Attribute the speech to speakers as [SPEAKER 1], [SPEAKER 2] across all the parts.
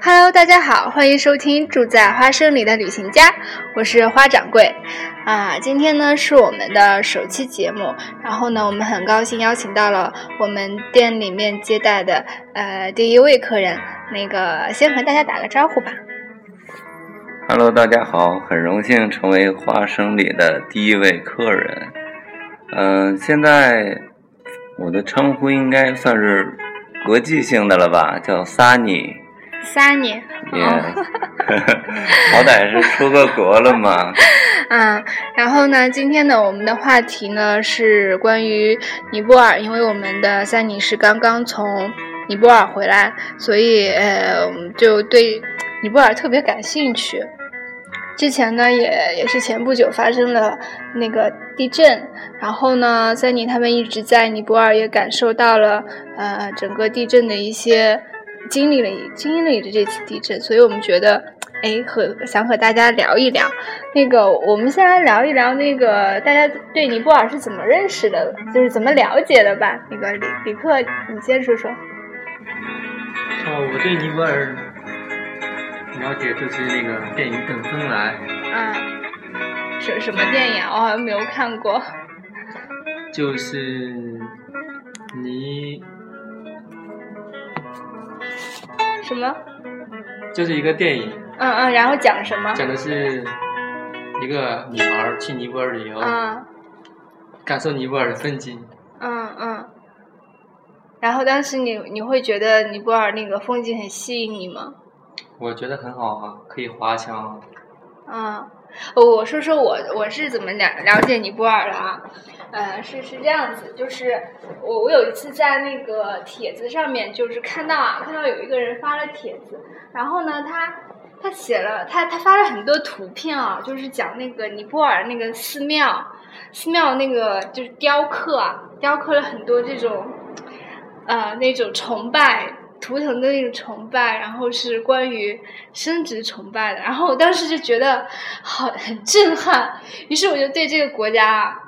[SPEAKER 1] Hello，大家好，欢迎收听《住在花生里的旅行家》，我是花掌柜。啊，今天呢是我们的首期节目，然后呢，我们很高兴邀请到了我们店里面接待的呃第一位客人，那个先和大家打个招呼吧。
[SPEAKER 2] Hello，大家好，很荣幸成为花生里的第一位客人。嗯、现在我的称呼应该算是国际性的了吧，叫 Sunny，
[SPEAKER 1] Sunny，
[SPEAKER 2] 也、 好歹是出过国了嘛。
[SPEAKER 1] 嗯，然后呢，今天呢，我们的话题呢是关于尼泊尔，因为我们的三尼是刚刚从尼泊尔回来，所以呃，我们就对尼泊尔特别感兴趣。之前呢，也也是前不久发生了那个地震，然后呢，三尼他们一直在尼泊尔也感受到了呃整个地震的一些经历了经历了这次地震，所以我们觉得哎和想和大家聊一聊。那个，我们先来聊一聊那个大家对尼泊尔是怎么认识的，就是怎么了解的吧。那个李李克，你先说说。
[SPEAKER 3] 哦，我对尼泊尔了解就是那个电影《等风来
[SPEAKER 1] 啊，什什么电影啊？我好像没有看过。》，
[SPEAKER 3] 就是尼，
[SPEAKER 1] 什么？
[SPEAKER 3] 就是一个电影，
[SPEAKER 1] 嗯嗯，然后讲什么？
[SPEAKER 3] 讲的是一个女孩儿去尼泊尔旅游，
[SPEAKER 1] 嗯
[SPEAKER 3] 感受尼泊尔的风景。
[SPEAKER 1] 嗯嗯。然后当时你你会觉得尼泊尔那个风景很吸引你吗？
[SPEAKER 3] 我觉得很好啊，可以滑翔。
[SPEAKER 1] 嗯，我说说我我是怎么了了解尼泊尔的啊？呃，是是这样子，就是我我有一次在那个帖子上面，就是看到啊，看到有一个人发了帖子，然后呢，他他写了他他发了很多图片啊，就是讲那个尼泊尔那个寺庙，寺庙那个就是雕刻啊，雕刻了很多这种呃那种崇拜图腾的那种崇拜，然后是关于生殖崇拜的。然后我当时就觉得好很震撼，于是我就对这个国家啊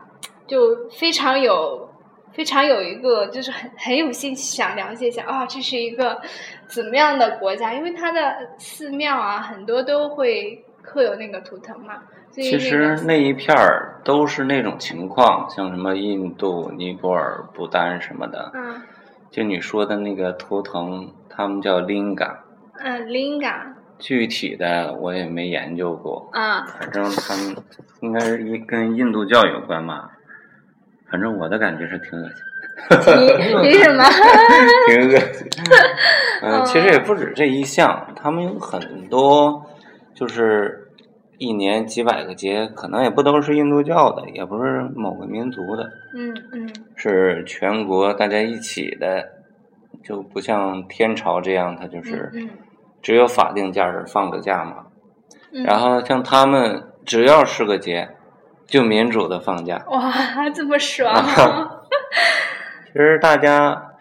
[SPEAKER 1] 就非常有非常有一个就是很很有兴趣想了解一下啊、这是一个怎么样的国家？因为它的寺庙啊很多都会刻有那个图腾嘛，所以
[SPEAKER 2] 其
[SPEAKER 1] 那
[SPEAKER 2] 实
[SPEAKER 1] 个
[SPEAKER 2] 那一片儿都是那种情况，像什么印度、尼泊尔、不丹什么的。
[SPEAKER 1] 嗯
[SPEAKER 2] 就你说的那个图腾，他们叫 linga，
[SPEAKER 1] 嗯 linga
[SPEAKER 2] 具体的我也没研究过，
[SPEAKER 1] 嗯
[SPEAKER 2] 反正他们应该是一跟印度教有关吧。反正我的感觉是挺恶心 的。
[SPEAKER 1] 提提什么？
[SPEAKER 2] 挺恶心。嗯，其实也不止这一项，他们有很多，就是一年几百个节，可能也不都是印度教的，也不是某个民族的，
[SPEAKER 1] 嗯嗯
[SPEAKER 2] 是全国大家一起的，就不像天朝这样，它就
[SPEAKER 1] 嗯
[SPEAKER 2] 是
[SPEAKER 1] 嗯
[SPEAKER 2] 只有法定假日放个假嘛。
[SPEAKER 1] 嗯，
[SPEAKER 2] 然后像他们，只要是个节，就民主的放假。
[SPEAKER 1] 哇，这么爽！
[SPEAKER 2] 其实大家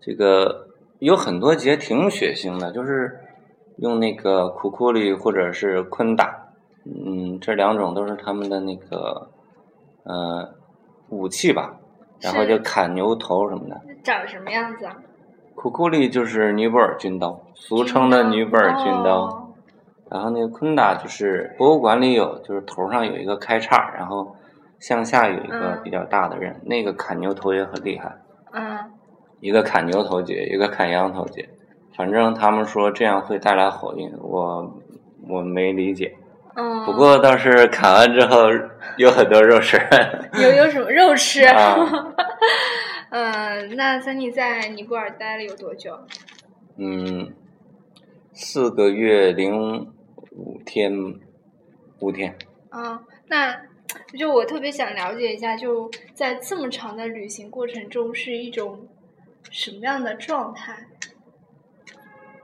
[SPEAKER 2] 这个有很多节挺血腥的，就是用那个库库里或者是昆达，嗯，这两种都是他们的那个呃武器吧，然后
[SPEAKER 1] 是
[SPEAKER 2] 就砍牛头什么的。
[SPEAKER 1] 长什么样子啊？
[SPEAKER 2] 库库里就是尼泊尔军刀，俗称的尼泊尔军刀。
[SPEAKER 1] 啊哦
[SPEAKER 2] 然后那个昆达就是博物馆里有，就是头上有一个开叉，然后向下有一个
[SPEAKER 1] 嗯
[SPEAKER 2] 比较大的刃，那个砍牛头也很厉害。
[SPEAKER 1] 嗯
[SPEAKER 2] 一个砍牛头节，一个砍羊头节，反正他们说这样会带来好运，我我没理解。
[SPEAKER 1] 嗯。
[SPEAKER 2] 不过倒是砍完之后有很多肉吃，
[SPEAKER 1] 有有什么肉吃？
[SPEAKER 2] 啊
[SPEAKER 1] 嗯，那三弟在尼泊尔待了有多久？
[SPEAKER 2] 嗯，四个月零五天，五天，
[SPEAKER 1] 嗯，那就我特别想了解一下，就在这么长的旅行过程中是一种什么样的状态？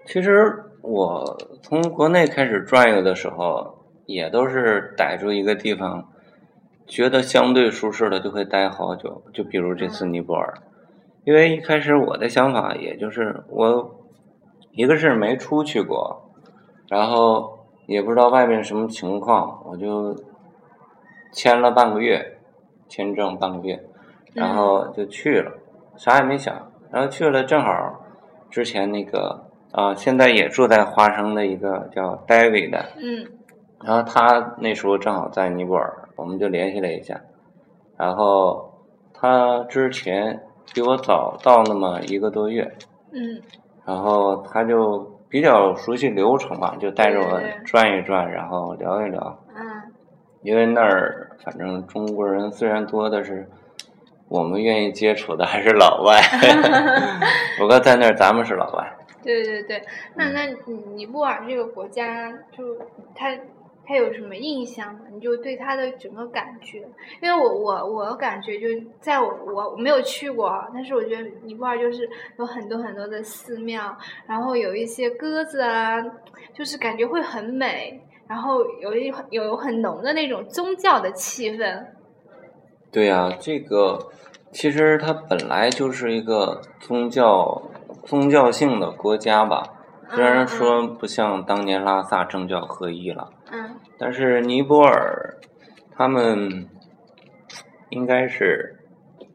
[SPEAKER 2] 其实我从国内开始转悠的时候，也都是逮住一个地方，觉得相对舒适的就会待好久。就比如这次尼泊尔，因为一开始我的想法也就是我，一个是没出去过，然后也不知道外面什么情况，我就签了半个月，签证半个月，
[SPEAKER 1] 嗯
[SPEAKER 2] 然后就去了，啥也没想，然后去了正好之前那个啊、现在也住在华城的一个叫 David 的，
[SPEAKER 1] 嗯
[SPEAKER 2] 然后他那时候正好在尼泊尔，我们就联系了一下。然后他之前比我早到那么一个多月，
[SPEAKER 1] 嗯
[SPEAKER 2] 然后他就比较熟悉流程嘛，就带着我
[SPEAKER 1] 对对对
[SPEAKER 2] 转一转，然后聊一聊。
[SPEAKER 1] 嗯
[SPEAKER 2] 因为那儿反正中国人虽然多，但是我们愿意接触的还是老外。 不过在那儿咱们是老外，
[SPEAKER 1] 对对对，那那你尼泊尔这个国家，就它它有什么印象吗？你就对它的整个感觉，因为我我我感觉就在我我我没有去过啊，但是我觉得尼泊尔就是有很多很多的寺庙，然后有一些鸽子啊，就是感觉会很美，然后有一有很浓的那种宗教的气氛。
[SPEAKER 2] 对呀、这个其实它本来就是一个宗教宗教性的国家吧。虽然说不像当年拉萨政教合一了，
[SPEAKER 1] 嗯，
[SPEAKER 2] 但是尼泊尔他们应该是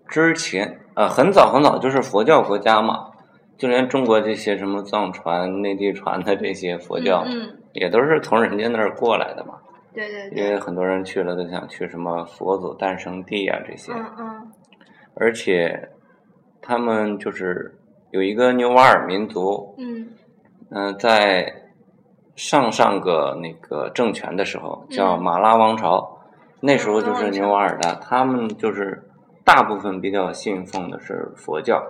[SPEAKER 2] 之前啊、很早很早就是佛教国家嘛，就连中国这些什么藏传、内地传的这些佛
[SPEAKER 1] 嗯
[SPEAKER 2] 教，
[SPEAKER 1] 嗯嗯，
[SPEAKER 2] 也都是从人家那儿过来的嘛。
[SPEAKER 1] 对对
[SPEAKER 2] 因
[SPEAKER 1] 对，
[SPEAKER 2] 为很多人去了都想去什么佛祖诞生地啊这些，
[SPEAKER 1] 嗯嗯
[SPEAKER 2] 而且他们就是有一个牛瓦尔民族，
[SPEAKER 1] 嗯
[SPEAKER 2] 嗯、在上上个那个政权的时候叫
[SPEAKER 1] 嗯
[SPEAKER 2] 马拉王朝，那时候就
[SPEAKER 1] 马拉
[SPEAKER 2] 是
[SPEAKER 1] 王朝
[SPEAKER 2] 牛瓦尔的，他们就是大部分比较信奉的是佛教，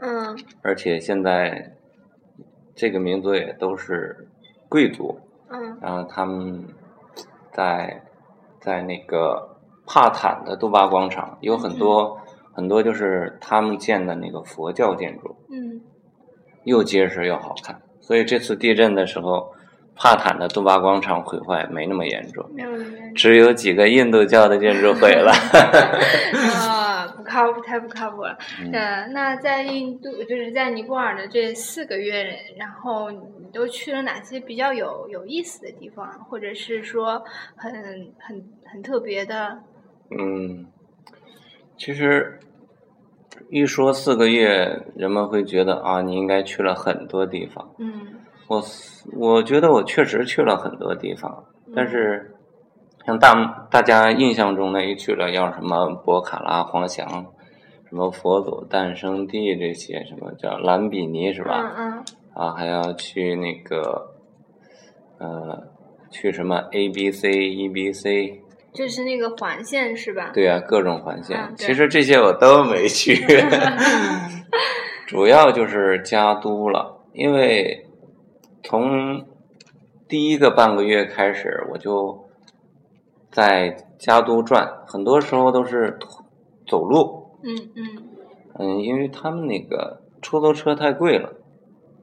[SPEAKER 1] 嗯
[SPEAKER 2] 而且现在这个民族也都是贵族，
[SPEAKER 1] 嗯
[SPEAKER 2] 然后他们在在那个帕坦的杜巴广场有很多、
[SPEAKER 1] 嗯
[SPEAKER 2] 很多就是他们建的那个佛教建筑，
[SPEAKER 1] 嗯。
[SPEAKER 2] 又结实又好看。所以这次地震的时候，帕坦的杜巴广场毁坏没那么严重，
[SPEAKER 1] 没有人
[SPEAKER 2] 只有几个印度教的建筑毁了。
[SPEAKER 1] 啊，不靠谱，太不靠谱了。
[SPEAKER 2] 嗯
[SPEAKER 1] 呃，那在印度，就是在尼泊尔的这四个月，然后你都去了哪些比较有有意思的地方，或者是说很很很特别的？
[SPEAKER 2] 嗯，其实一说四个月，人们会觉得啊，你应该去了很多地方。
[SPEAKER 1] 嗯
[SPEAKER 2] 我我觉得我确实去了很多地方，但
[SPEAKER 1] 嗯
[SPEAKER 2] 是像大大家印象中那一去了，要什么博卡拉、黄翔，什么佛祖诞生地这些，什么叫兰比尼是吧？
[SPEAKER 1] 嗯
[SPEAKER 2] 啊，还要去那个呃，去什么 A B C E B C，
[SPEAKER 1] 嗯，就是那个环线是吧？
[SPEAKER 2] 对啊，各种环线。
[SPEAKER 1] 嗯对
[SPEAKER 2] 其实这些我都没 去，主要就是加都了，因为从第一个半个月开始，我就在加都转，很多时候都是走路。
[SPEAKER 1] 嗯嗯，
[SPEAKER 2] 嗯，因为他们那个出租车太贵了，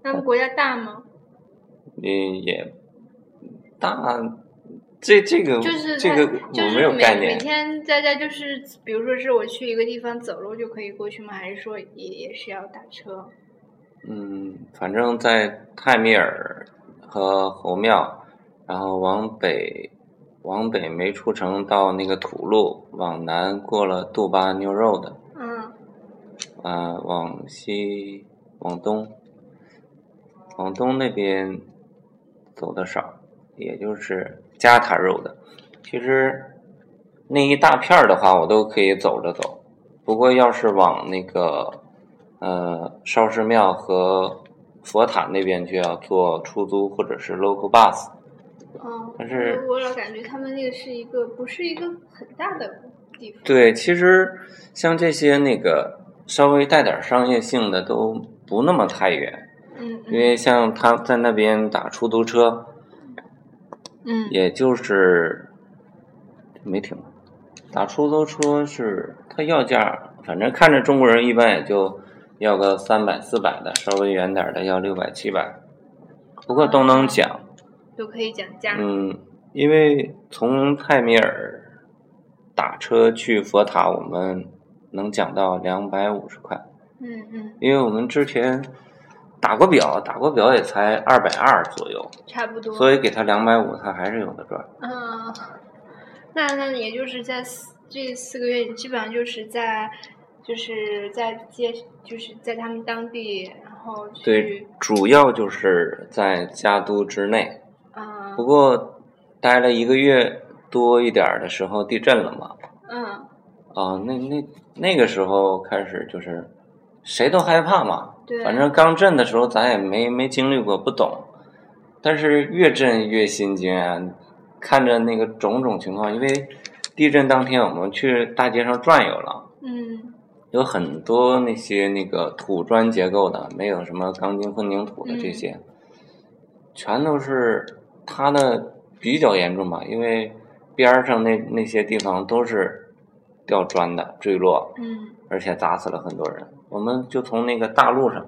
[SPEAKER 1] 他们国家大吗？
[SPEAKER 2] 嗯，也大。这这个
[SPEAKER 1] 就是
[SPEAKER 2] 嗯这
[SPEAKER 1] 他
[SPEAKER 2] 个
[SPEAKER 1] 就
[SPEAKER 2] 我
[SPEAKER 1] 是
[SPEAKER 2] 没有
[SPEAKER 1] 每
[SPEAKER 2] 概
[SPEAKER 1] 每
[SPEAKER 2] 念，
[SPEAKER 1] 天大家就是，比如说是我去一个地方走路就可以过去吗？还是说也也是要打车？
[SPEAKER 2] 嗯，反正在泰米尔和侯庙，然后往北，往北没出城到那个土路，往南过了杜巴 New Road，
[SPEAKER 1] 嗯
[SPEAKER 2] 呃，往西，往东，往东那边走的少，也就是加塔 Road。其实那一大片儿的话，我都可以走着走。不过要是往那个呃烧尸庙和佛塔那边去，要坐出租或者是 local bus。
[SPEAKER 1] 嗯，
[SPEAKER 2] 但是
[SPEAKER 1] 我老感觉他们那个是一个不是一个很大的地方。
[SPEAKER 2] 对，其实像这些那个稍微带点儿商业性的都不那么太远。
[SPEAKER 1] 嗯
[SPEAKER 2] 因为像他在那边打出租车，
[SPEAKER 1] 嗯
[SPEAKER 2] 也就是没停吧，打出租车是他要价，反正看着中国人一般也就要个三百四百的，稍微远点儿的要六百七百，不过都能讲。
[SPEAKER 1] 都可以讲价。
[SPEAKER 2] 嗯，因为从泰米尔打车去佛塔，我们能讲到两百五十块。
[SPEAKER 1] 嗯嗯
[SPEAKER 2] 因为我们之前打过表，打过表也才二百二左右，
[SPEAKER 1] 差不多。
[SPEAKER 2] 所以给他两百五，他还是有的赚。
[SPEAKER 1] 嗯，那那也就是在四这四个月，你基本上就是在就是在街，就是在他们当地，然后去
[SPEAKER 2] 对，主要就是在家都之内。
[SPEAKER 1] 嗯
[SPEAKER 2] 不过待了一个月多一点儿的时候，地震了嘛。
[SPEAKER 1] 嗯，
[SPEAKER 2] 啊，那那那个时候开始就是谁都害怕嘛。
[SPEAKER 1] 对
[SPEAKER 2] 反正刚震的时候咱也没没经历过，不懂。但是越震越心惊啊！看着那个种种情况，因为地震当天我们去大街上转悠了，
[SPEAKER 1] 嗯
[SPEAKER 2] 有很多那些那个土砖结构的，没有什么钢筋混凝土的这些，全都是塌的比较严重吧，因为边儿上那那些地方都是掉砖的坠落，
[SPEAKER 1] 嗯
[SPEAKER 2] 而且砸死了很多人。我们就从那个大路上，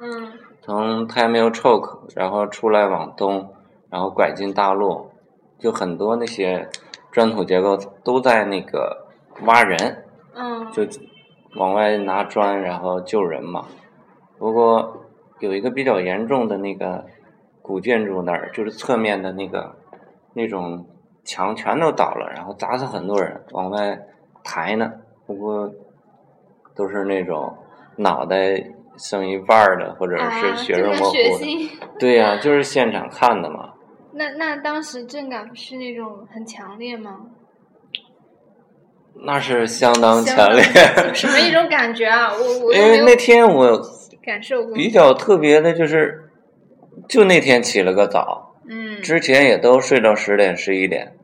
[SPEAKER 1] 嗯
[SPEAKER 2] 从 t i m e l Choke，然后出来往东，然后拐进大路，就很多那些砖土结构都在那个挖人，
[SPEAKER 1] 嗯，
[SPEAKER 2] 就往外拿砖，然后救人嘛。不过有一个比较严重的那个古建筑那儿，就是侧面的那个那种墙全都倒了，然后砸死很多人，往外抬呢。不过都是那种脑袋剩一半儿的，或者是
[SPEAKER 1] 啊
[SPEAKER 2] 血
[SPEAKER 1] 这
[SPEAKER 2] 肉
[SPEAKER 1] 么
[SPEAKER 2] 模糊
[SPEAKER 1] 血
[SPEAKER 2] 的。
[SPEAKER 1] 腥。
[SPEAKER 2] 对呀、就是现场看的嘛。
[SPEAKER 1] 那那当时震感是那种很强烈吗？
[SPEAKER 2] 那是相当
[SPEAKER 1] 相
[SPEAKER 2] 强烈，
[SPEAKER 1] 当 什么一种感觉啊？我我
[SPEAKER 2] 因
[SPEAKER 1] 都
[SPEAKER 2] 为
[SPEAKER 1] 没
[SPEAKER 2] 那
[SPEAKER 1] 有
[SPEAKER 2] 天我
[SPEAKER 1] 感受过。
[SPEAKER 2] 比较特别的就是，就那天起了个早，
[SPEAKER 1] 嗯
[SPEAKER 2] 之前也都睡到十点十一点，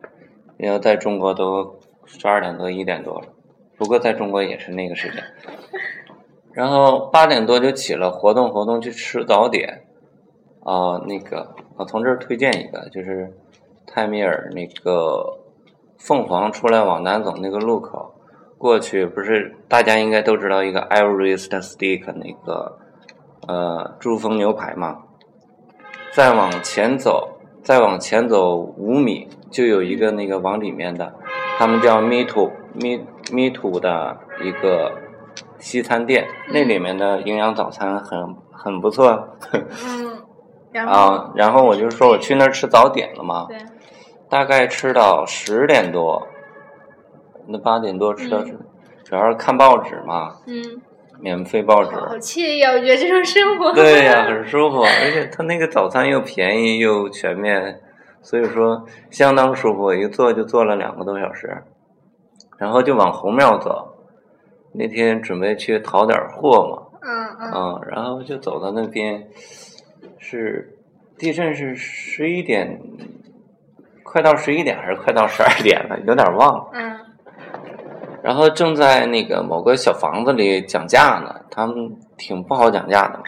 [SPEAKER 2] 因为在中国都十二点多一点多了，不过在中国也是那个时间。然后八点多就起了活动活动去吃早点，啊、那个我从这儿推荐一个，就是泰米尔那个凤凰出来往南走那个路口，过去不是大家应该都知道一个 Everest Steak 那个呃珠峰牛排嘛，再往前走，再往前走五米就有一个那个往里面的，他们叫 Me Too Me Me Too 的一个西餐店，那里面的营养早餐很很不错。
[SPEAKER 1] 嗯，然后
[SPEAKER 2] 啊，然后我就说我去那儿吃早点了嘛，
[SPEAKER 1] 对，
[SPEAKER 2] 大概吃到十点多，那八点多吃到
[SPEAKER 1] 嗯
[SPEAKER 2] 这，主要是看报纸嘛，
[SPEAKER 1] 嗯，
[SPEAKER 2] 免费报纸，
[SPEAKER 1] 好好惬意啊！我觉得这种生活。
[SPEAKER 2] 对呀、很舒服，而且他那个早餐又便宜又全面，所以说相当舒服，一坐就坐了两个多小时，然后就往红庙走。那天准备去淘点货 嘛，
[SPEAKER 1] 嗯嗯
[SPEAKER 2] 啊，然后就走到那边，是地震是十一点，快到十一点还是快到十二点了，有点忘了。
[SPEAKER 1] 嗯
[SPEAKER 2] 然后正在那个某个小房子里讲价呢，他们挺不好讲价的嘛。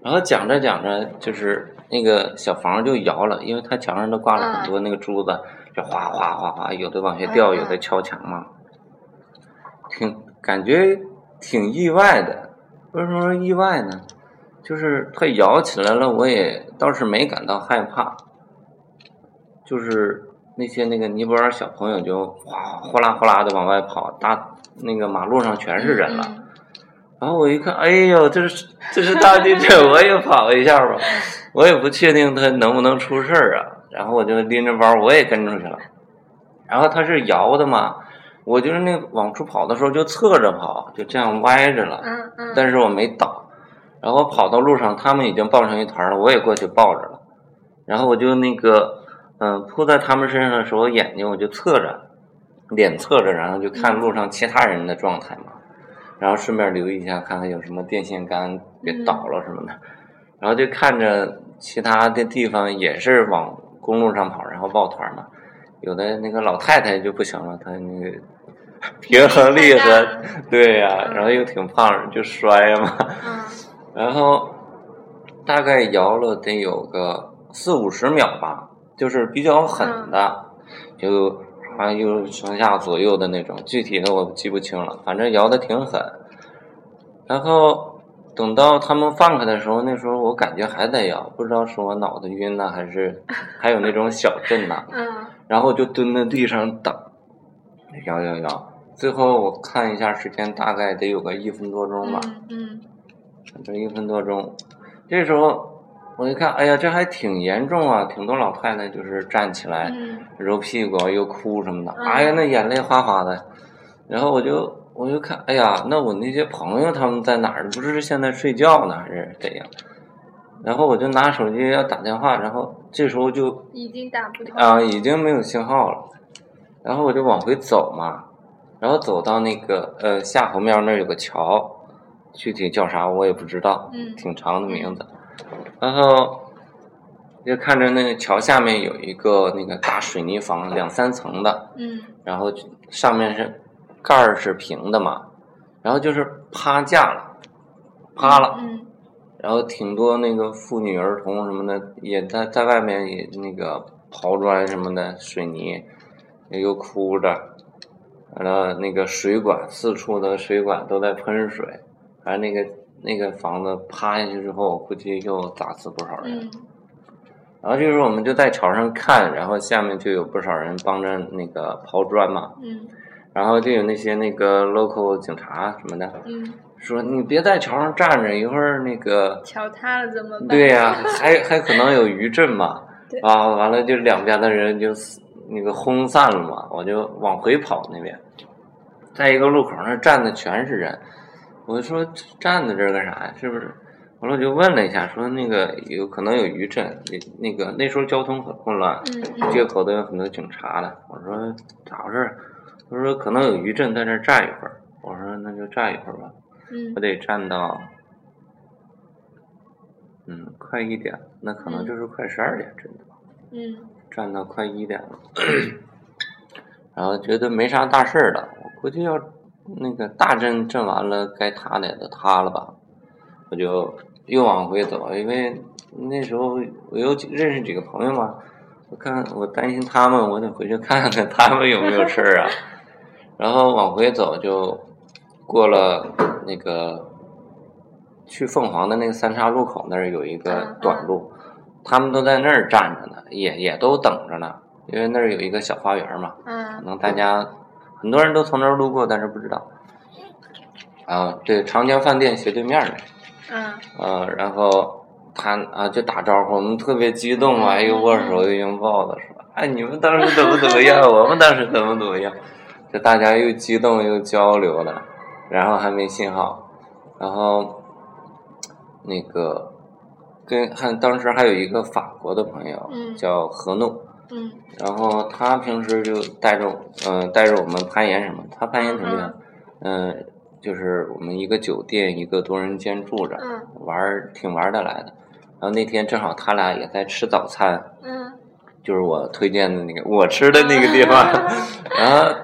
[SPEAKER 2] 然后讲着讲着，就是那个小房就摇了，因为它墙上都挂了很多那个珠子，就哗哗哗哗，有的往下掉，
[SPEAKER 1] 嗯嗯
[SPEAKER 2] 有的敲墙嘛。挺感觉挺意外的，为什么说意外呢？就是它摇起来了，我也倒是没感到害怕。就是那些那个尼泊尔小朋友就哗呼啦呼啦的往外跑，大那个马路上全是人了。
[SPEAKER 1] 嗯
[SPEAKER 2] 然后我一看，哎呦，这是这是大地震， 我也跑一下吧。我也不确定它能不能出事儿啊。然后我就拎着包，我也跟出去了。然后它是摇的嘛，我就是那个往出跑的时候就侧着跑，就这样歪着了。
[SPEAKER 1] 嗯嗯，
[SPEAKER 2] 但是我没倒。然后跑到路上，他们已经抱成一团了，我也过去抱着了。然后我就那个，嗯、扑在他们身上的时候，眼睛我就侧着，脸侧着，然后就看路上其他人的状态嘛。然后顺便留意一下，看看有什么电线杆别倒了什么的。然后就看着其他的地方也是往公路上跑，然后抱团嘛。有的那个老太太就不行了，她那个 平衡力
[SPEAKER 1] 太大
[SPEAKER 2] 和
[SPEAKER 1] 了
[SPEAKER 2] 对呀、
[SPEAKER 1] 嗯
[SPEAKER 2] 然后又挺胖，就摔嘛。
[SPEAKER 1] 嗯
[SPEAKER 2] 然后大概摇了得有个四五十秒吧，就是比较狠的，就还有上下左右的那种，具体的我记不清了，反正摇的挺狠。然后等到他们放开的时候，那时候我感觉还在摇，不知道是我脑子晕呢、还是还有那种小震呐、
[SPEAKER 1] 嗯
[SPEAKER 2] 然后就蹲在地上等，摇摇摇。最后我看一下时间，大概得有个一分多钟吧。
[SPEAKER 1] 嗯嗯
[SPEAKER 2] 反正一分多钟，这时候我一看，哎呀，这还挺严重啊，挺多老太太就是站起来
[SPEAKER 1] 嗯
[SPEAKER 2] 揉屁股啊又哭什么的，
[SPEAKER 1] 嗯
[SPEAKER 2] 哎呀，那眼泪哗哗的。然后我就我就看，哎呀，那我那些朋友他们在哪儿？不是现在睡觉呢，还是怎样？然后我就拿手机要打电话，然后这时候就
[SPEAKER 1] 已经打不通。
[SPEAKER 2] 啊，已经没有信号了。然后我就往回走嘛，然后走到那个呃夏侯庙那儿有个桥，具体叫啥我也不知道，
[SPEAKER 1] 嗯
[SPEAKER 2] 挺长的名字。然后就看着那个桥下面有一个那个大水泥房，两三层的，
[SPEAKER 1] 嗯
[SPEAKER 2] 然后就上面是盖儿是平的嘛，然后就是趴架了，趴了。
[SPEAKER 1] 嗯
[SPEAKER 2] 然后挺多那个妇女儿童什么的，也在在外面也那个刨砖什么的，水泥，也有哭的，完了那个水管四处的水管都在喷水，反正那个那个房子趴下去之后，估计又砸死不少人。
[SPEAKER 1] 嗯
[SPEAKER 2] 然后这时候我们就在桥上看，然后下面就有不少人帮着那个刨砖嘛，
[SPEAKER 1] 嗯
[SPEAKER 2] 然后就有那些那个 local 警察什么的
[SPEAKER 1] 嗯，
[SPEAKER 2] 说你别在桥上站着，一会儿那个
[SPEAKER 1] 桥塌了怎么办？
[SPEAKER 2] 对呀、还还可能有余震 嘛
[SPEAKER 1] 对，
[SPEAKER 2] 啊，完了就两边的人就死那个轰散了嘛，我就往回跑那边，在一个路口那儿站的全是人，我就说这站在这儿干啥呀？是不是？完了我就问了一下，说那个有可能有余震，那那个那时候交通很混乱，
[SPEAKER 1] 嗯嗯
[SPEAKER 2] 街口都有很多警察了。我说咋回事儿？他说可能有余震，在这儿站一会儿。我说那就站一会儿吧。
[SPEAKER 1] 嗯
[SPEAKER 2] 我得站到，嗯，快一点，那可能就是快十二点这的，
[SPEAKER 1] 嗯
[SPEAKER 2] 站到快一点了，然后觉得没啥大事儿了，我估计要那个大震震完了，该塌的也都塌了吧，我就又往回走，因为那时候我有几认识几个朋友嘛，我看我担心他们，我得回去看看他们有没有事儿啊。然后往回走就过了那个去凤凰的那个三岔路口那儿有一个
[SPEAKER 1] 嗯
[SPEAKER 2] 短路，他们都在那儿站着呢，也也都等着呢，因为那儿有一个小花园嘛，可
[SPEAKER 1] 嗯
[SPEAKER 2] 能大家很多人都从那儿路过，但是不知道。啊，对，长江饭店斜对面儿那儿。
[SPEAKER 1] 嗯
[SPEAKER 2] 呃，然后他啊就打招呼，我们特别激动嘛，又握手又拥抱的说：“哎，你们当时怎么怎么样？ 我们当时怎么怎么样？”就大家又激动又交流的，然后还没信号，然后那个跟还当时还有一个法国的朋友、
[SPEAKER 1] 嗯
[SPEAKER 2] 叫何诺，
[SPEAKER 1] 嗯
[SPEAKER 2] 然后他平时就带着呃带着我们攀岩什么，他攀岩挺厉害，嗯、就是我们一个酒店一个多人间住着，
[SPEAKER 1] 嗯
[SPEAKER 2] 玩儿挺玩儿得来的。然后那天正好他俩也在吃早餐，
[SPEAKER 1] 嗯
[SPEAKER 2] 就是我推荐的那个我吃的那个地方，然后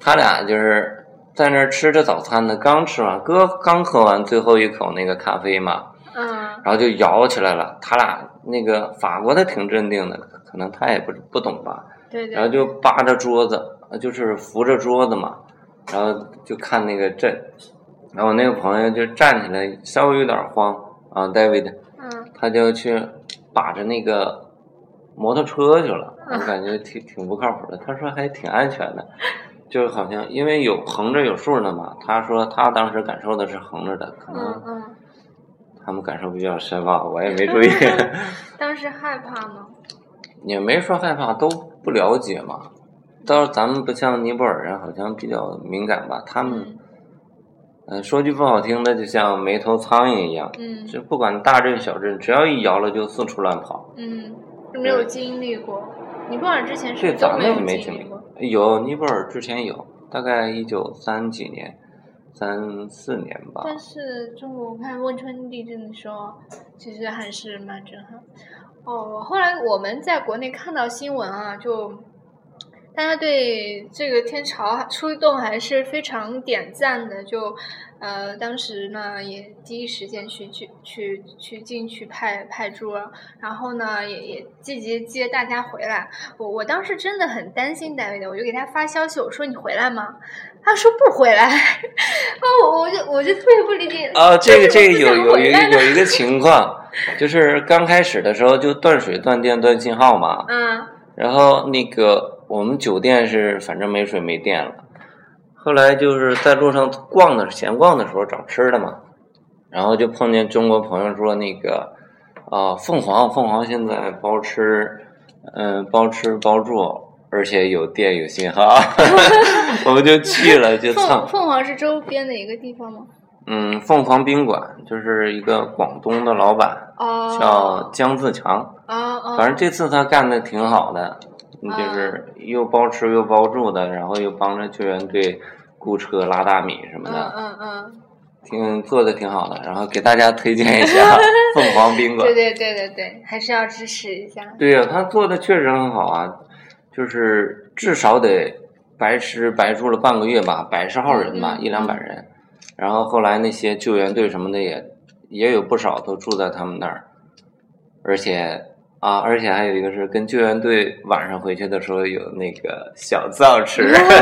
[SPEAKER 2] 他俩就是在那儿吃着早餐呢，刚吃完，哥刚喝完最后一口那个咖啡嘛，
[SPEAKER 1] 嗯
[SPEAKER 2] 然后就摇起来了。他俩那个法国的挺镇定的，可能他也不不懂吧，
[SPEAKER 1] 对对，
[SPEAKER 2] 然后就扒着桌子，呃就是扶着桌子嘛，然后就看那个震，然后我那个朋友就站起来，稍微有点慌啊，David，
[SPEAKER 1] 嗯
[SPEAKER 2] 他就去把着那个摩托车 去了，我感觉挺挺不靠谱的。他说还挺安全的，就是好像因为有横着有竖着嘛，他说他当时感受的是横着的，可
[SPEAKER 1] 嗯
[SPEAKER 2] 能
[SPEAKER 1] 嗯，
[SPEAKER 2] 他们感受比较深吧，我也没注意，
[SPEAKER 1] 当时害怕吗？
[SPEAKER 2] 也没说害怕，都不了解嘛。倒是咱们不像尼泊尔人，好像比较敏感吧。他们，
[SPEAKER 1] 嗯
[SPEAKER 2] 嗯、说句不好听的，就像没头苍蝇一样，
[SPEAKER 1] 嗯
[SPEAKER 2] 就不管大阵小阵，只要一摇了就四处乱跑。
[SPEAKER 1] 嗯，就没有经历过。尼泊尔之前是不是
[SPEAKER 2] 这
[SPEAKER 1] 都
[SPEAKER 2] 咱
[SPEAKER 1] 没
[SPEAKER 2] 们也
[SPEAKER 1] 有
[SPEAKER 2] 没经历
[SPEAKER 1] 历过。
[SPEAKER 2] 有尼泊尔之前有，大概一九三几年、三四年吧。
[SPEAKER 1] 但是中国我看汶川地震的时候，其实还是蛮震撼。哦，我后来我们在国内看到新闻啊，就大家对这个天朝出动还是非常点赞的。就呃，当时呢也第一时间去去去去进去派派驻，啊然后呢也也积极接大家回来。我我当时真的很担心戴维的，我就给他发消息，我说你回来吗？他说不回来。 啊，我我就我就特别不理解。
[SPEAKER 2] 啊，这个这个有
[SPEAKER 1] 为什么不想
[SPEAKER 2] 有一
[SPEAKER 1] 回来呢
[SPEAKER 2] 有一个情况，就是刚开始的时候就断水、断电、断信号嘛。
[SPEAKER 1] 嗯
[SPEAKER 2] 然后那个我们酒店是反正没水没电了，后来就是在路上逛的闲逛的时候找吃的嘛，然后就碰见中国朋友说那个啊，凤凰，凤凰现在包吃，嗯、包吃包住，而且有电有信号， 我们就去了，就蹭
[SPEAKER 1] 凤。凤凰是周边的一个地方吗？
[SPEAKER 2] 嗯，凤凰宾馆就是一个广东的老板，
[SPEAKER 1] 哦，
[SPEAKER 2] 叫姜自强，
[SPEAKER 1] 啊啊，
[SPEAKER 2] 反正这次他干的挺好的，
[SPEAKER 1] 嗯
[SPEAKER 2] 就是又包吃又包住的，然后又帮着救援队雇车拉大米什么
[SPEAKER 1] 嗯
[SPEAKER 2] 的，
[SPEAKER 1] 嗯嗯，
[SPEAKER 2] 挺做的挺好的。然后给大家推荐一 下凤凰宾馆
[SPEAKER 1] 对，对对对对，还是要支持一下。
[SPEAKER 2] 对呀、他做的确实很好啊，就是至少得白吃白住了半个月吧，百十号人吧，
[SPEAKER 1] 嗯嗯
[SPEAKER 2] 一两百人。然后后来那些救援队什么的也也有不少都住在他们那儿，而且啊，而且还有一个是跟救援队晚上回去的时候有那个小灶吃，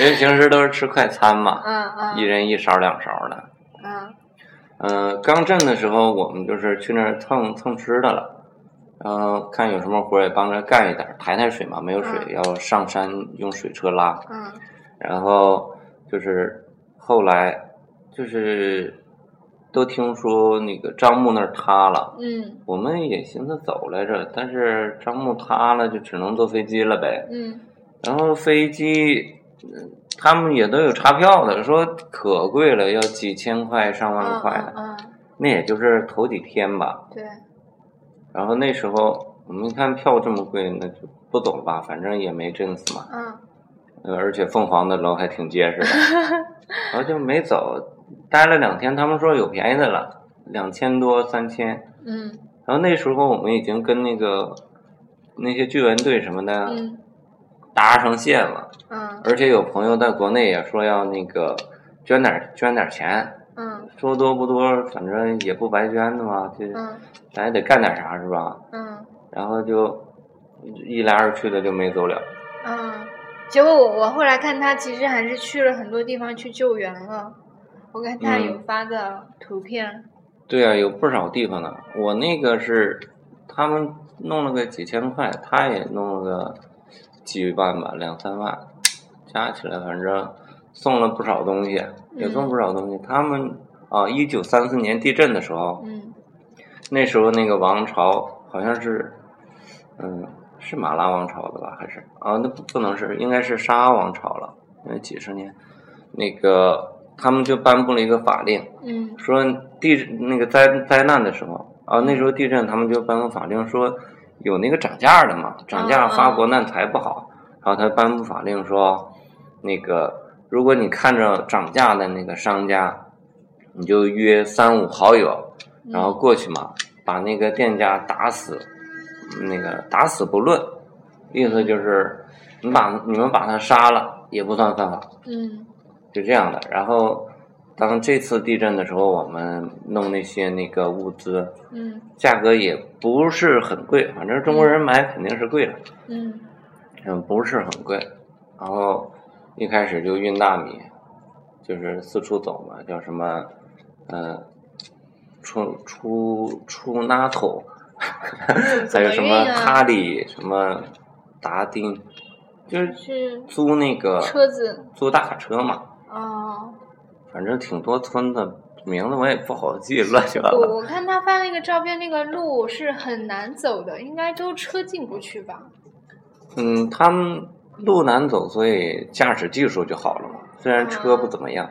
[SPEAKER 2] 因为平时都是吃快餐嘛，
[SPEAKER 1] 嗯
[SPEAKER 2] 一
[SPEAKER 1] 嗯
[SPEAKER 2] 人一勺两勺的。
[SPEAKER 1] 嗯
[SPEAKER 2] 嗯，刚震的时候，我们就是去那儿蹭蹭吃的了，然后看有什么活儿也帮着干一点儿，抬抬水嘛，没有水、
[SPEAKER 1] 嗯
[SPEAKER 2] 要上山用水车拉，
[SPEAKER 1] 嗯
[SPEAKER 2] 然后就是后来就是都听说那个樟木那儿塌了，
[SPEAKER 1] 嗯
[SPEAKER 2] 我们也寻思走来着，但是樟木塌了就只能坐飞机了呗，
[SPEAKER 1] 嗯
[SPEAKER 2] 然后飞机。嗯他们也都有查票的，说可贵了，要几千块、上万块的。
[SPEAKER 1] 嗯嗯，
[SPEAKER 2] 那也就是头几天吧。
[SPEAKER 1] 对，
[SPEAKER 2] 然后那时候我们一看票这么贵，那就不走了吧，反正也没阵子嘛。
[SPEAKER 1] 嗯
[SPEAKER 2] 呃，而且凤凰的楼还挺结实的，然后就没走，待了两天。他们说有便宜的了，两千多、三千。
[SPEAKER 1] 嗯
[SPEAKER 2] 然后那时候我们已经跟那个那些救援队什么的
[SPEAKER 1] 嗯
[SPEAKER 2] 搭上线了，
[SPEAKER 1] 嗯
[SPEAKER 2] 而且有朋友在国内也说要那个捐点儿捐点儿钱，
[SPEAKER 1] 嗯
[SPEAKER 2] 说多不多，反正也不白捐的嘛，就
[SPEAKER 1] 嗯
[SPEAKER 2] 咱也得干点啥是吧？
[SPEAKER 1] 嗯
[SPEAKER 2] 然后就一来二去的就没走了。
[SPEAKER 1] 嗯，结果我我后来看他其实还是去了很多地方去救援了，我看他有发的图片，
[SPEAKER 2] 对啊，有不少地方呢。我那个是他们弄了个几千块，他也弄了个几万吧，两三万，加起来反正送了不少东西，也送不少东西。他们啊，一九三四年地震的时候，
[SPEAKER 1] 嗯
[SPEAKER 2] 那时候那个王朝好像是，嗯，是马拉王朝的吧？还是啊？那不不能是，应该是沙阿王朝了，因为几十年，那个他们就颁布了一个法令，
[SPEAKER 1] 嗯
[SPEAKER 2] 说地那个灾灾难的时候啊，那时候地震，他们就颁布法令说有那个涨价的嘛，涨价发国难财不好，然后他颁布法令说，那个如果你看着涨价的那个商家，你就约三五好友。
[SPEAKER 1] 嗯，
[SPEAKER 2] 然后过去嘛，把那个店家打死，那个打死不论，意思就是你把你们把他杀了也不算犯法，
[SPEAKER 1] 嗯
[SPEAKER 2] 就这样的。然后当这次地震的时候，我们弄那些那个物资，
[SPEAKER 1] 嗯
[SPEAKER 2] 价格也不是很贵，反正中国人买肯定是贵了，
[SPEAKER 1] 嗯
[SPEAKER 2] 嗯，不是很贵。然后一开始就运大米，就是四处走嘛，叫什么，呃，出出出纳头， 还有什
[SPEAKER 1] 怎么运啊
[SPEAKER 2] 咖喱，什么达丁，就是
[SPEAKER 1] 是
[SPEAKER 2] 租那个
[SPEAKER 1] 车子
[SPEAKER 2] 租大卡车嘛，
[SPEAKER 1] 哦。
[SPEAKER 2] 反正挺多村子，名字我也不好记， 乱七八
[SPEAKER 1] 我
[SPEAKER 2] 糟。
[SPEAKER 1] 我看他发那个照片，那个路是很难走的，应该都车进不去吧？
[SPEAKER 2] 嗯，他们路难走，所以驾驶技术就好了嘛。虽然车不怎么样，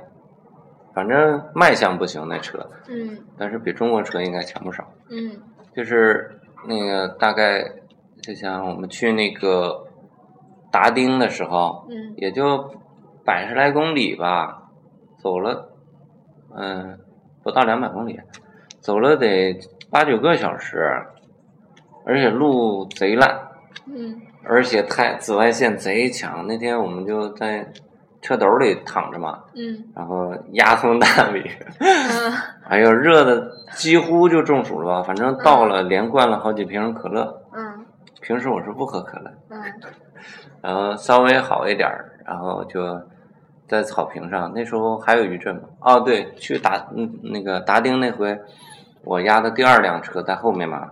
[SPEAKER 2] 反正卖相不行那车，
[SPEAKER 1] 嗯
[SPEAKER 2] 但是比中国车应该强不少。
[SPEAKER 1] 嗯
[SPEAKER 2] 就是那个大概，就像我们去那个达丁的时候，
[SPEAKER 1] 嗯
[SPEAKER 2] 也就百十来公里吧，走了，嗯，不到两百公里，走了得八九个小时，而且路贼烂，
[SPEAKER 1] 嗯
[SPEAKER 2] 而且太紫外线贼强。那天我们就在车斗里躺着嘛，
[SPEAKER 1] 嗯
[SPEAKER 2] 然后压风大米，
[SPEAKER 1] 嗯
[SPEAKER 2] 哎呦，热的几乎就中暑了吧？反正到了，连灌了好几瓶可乐。
[SPEAKER 1] 嗯
[SPEAKER 2] 平时我是不喝可乐，
[SPEAKER 1] 嗯
[SPEAKER 2] 然后稍微好一点儿，然后就在草坪上。那时候还有余震嘛？哦，对，去达嗯那个达丁那回，我压的第二辆车在后面嘛，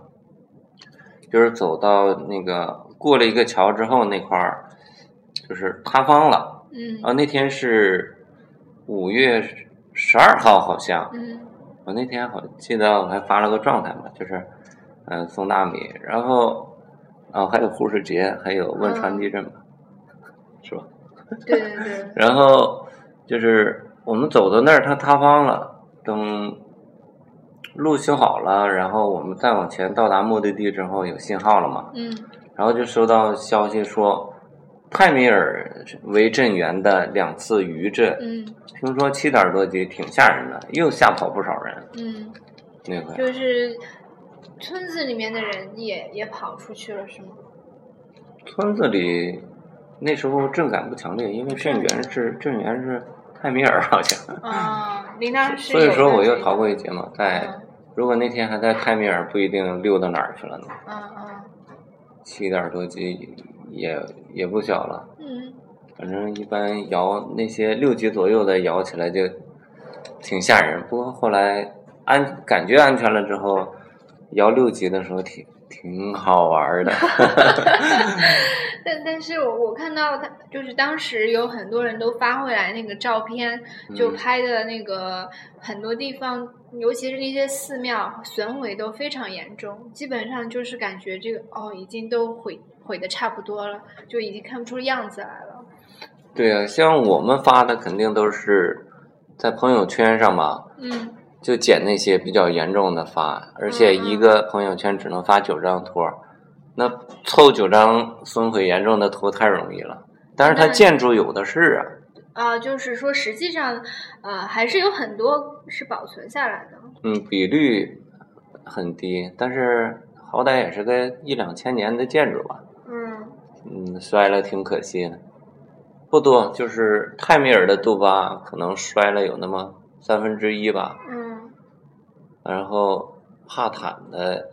[SPEAKER 2] 就是走到那个过了一个桥之后那块儿，就是塌方了。啊，
[SPEAKER 1] 嗯
[SPEAKER 2] 那天是五月十二号，好像。
[SPEAKER 1] 嗯
[SPEAKER 2] 我那天好记得我还发了个状态嘛，就是嗯、宋大米，然后啊、还有胡世杰，还有汶川地震吧，是吧？
[SPEAKER 1] 对对对，
[SPEAKER 2] 然后就是我们走到那儿，它塌方了。等路修好了，然后我们再往前到达目的地之后，有信号了嘛？
[SPEAKER 1] 嗯
[SPEAKER 2] 然后就收到消息说，泰米尔为震源的两次余震，
[SPEAKER 1] 嗯
[SPEAKER 2] 听说七点多级，挺吓人的，又吓跑不少人。
[SPEAKER 1] 嗯，
[SPEAKER 2] 那回
[SPEAKER 1] 就是村子里面的人也也跑出去了，是吗？
[SPEAKER 2] 村子里那时候震感不强烈，因为震源是震源是泰米尔好像，
[SPEAKER 1] 啊，铃铛是
[SPEAKER 2] 所以
[SPEAKER 1] 有
[SPEAKER 2] 说
[SPEAKER 1] 的
[SPEAKER 2] 我
[SPEAKER 1] 这
[SPEAKER 2] 又
[SPEAKER 1] 个
[SPEAKER 2] 逃过一劫嘛，在。
[SPEAKER 1] 嗯
[SPEAKER 2] 如果那天还在泰米尔，不一定溜到哪儿去了呢。
[SPEAKER 1] 嗯
[SPEAKER 2] 七点多级也也不小了，
[SPEAKER 1] 嗯
[SPEAKER 2] 反正一般摇那些六级左右的摇起来就挺吓人。不过后来安感觉安全了之后，摇六级的时候挺挺好玩儿的。
[SPEAKER 1] 但但是我我看到他就是当时有很多人都发回来那个照片，就
[SPEAKER 2] 嗯
[SPEAKER 1] 拍的那个很多地方，尤其是那些寺庙损毁都非常严重，基本上就是感觉这个哦已经都毁毁的差不多了，就已经看不出样子来了。
[SPEAKER 2] 对啊，像我们发的肯定都是在朋友圈上吧，
[SPEAKER 1] 嗯
[SPEAKER 2] 就捡那些比较严重的发，而且一个朋友圈只能发九张图儿，那凑九张损毁严重的图太容易了。但是它
[SPEAKER 1] 那
[SPEAKER 2] 建筑有的是啊，
[SPEAKER 1] 啊、就是说实际上呃还是有很多是保存下来的。
[SPEAKER 2] 嗯，比率很低，但是好歹也是个一两千年的建筑吧，
[SPEAKER 1] 嗯
[SPEAKER 2] 嗯，摔了挺可惜的。不多，就是泰米尔的杜巴可能摔了有那么三分之一吧，
[SPEAKER 1] 嗯
[SPEAKER 2] 然后帕坦的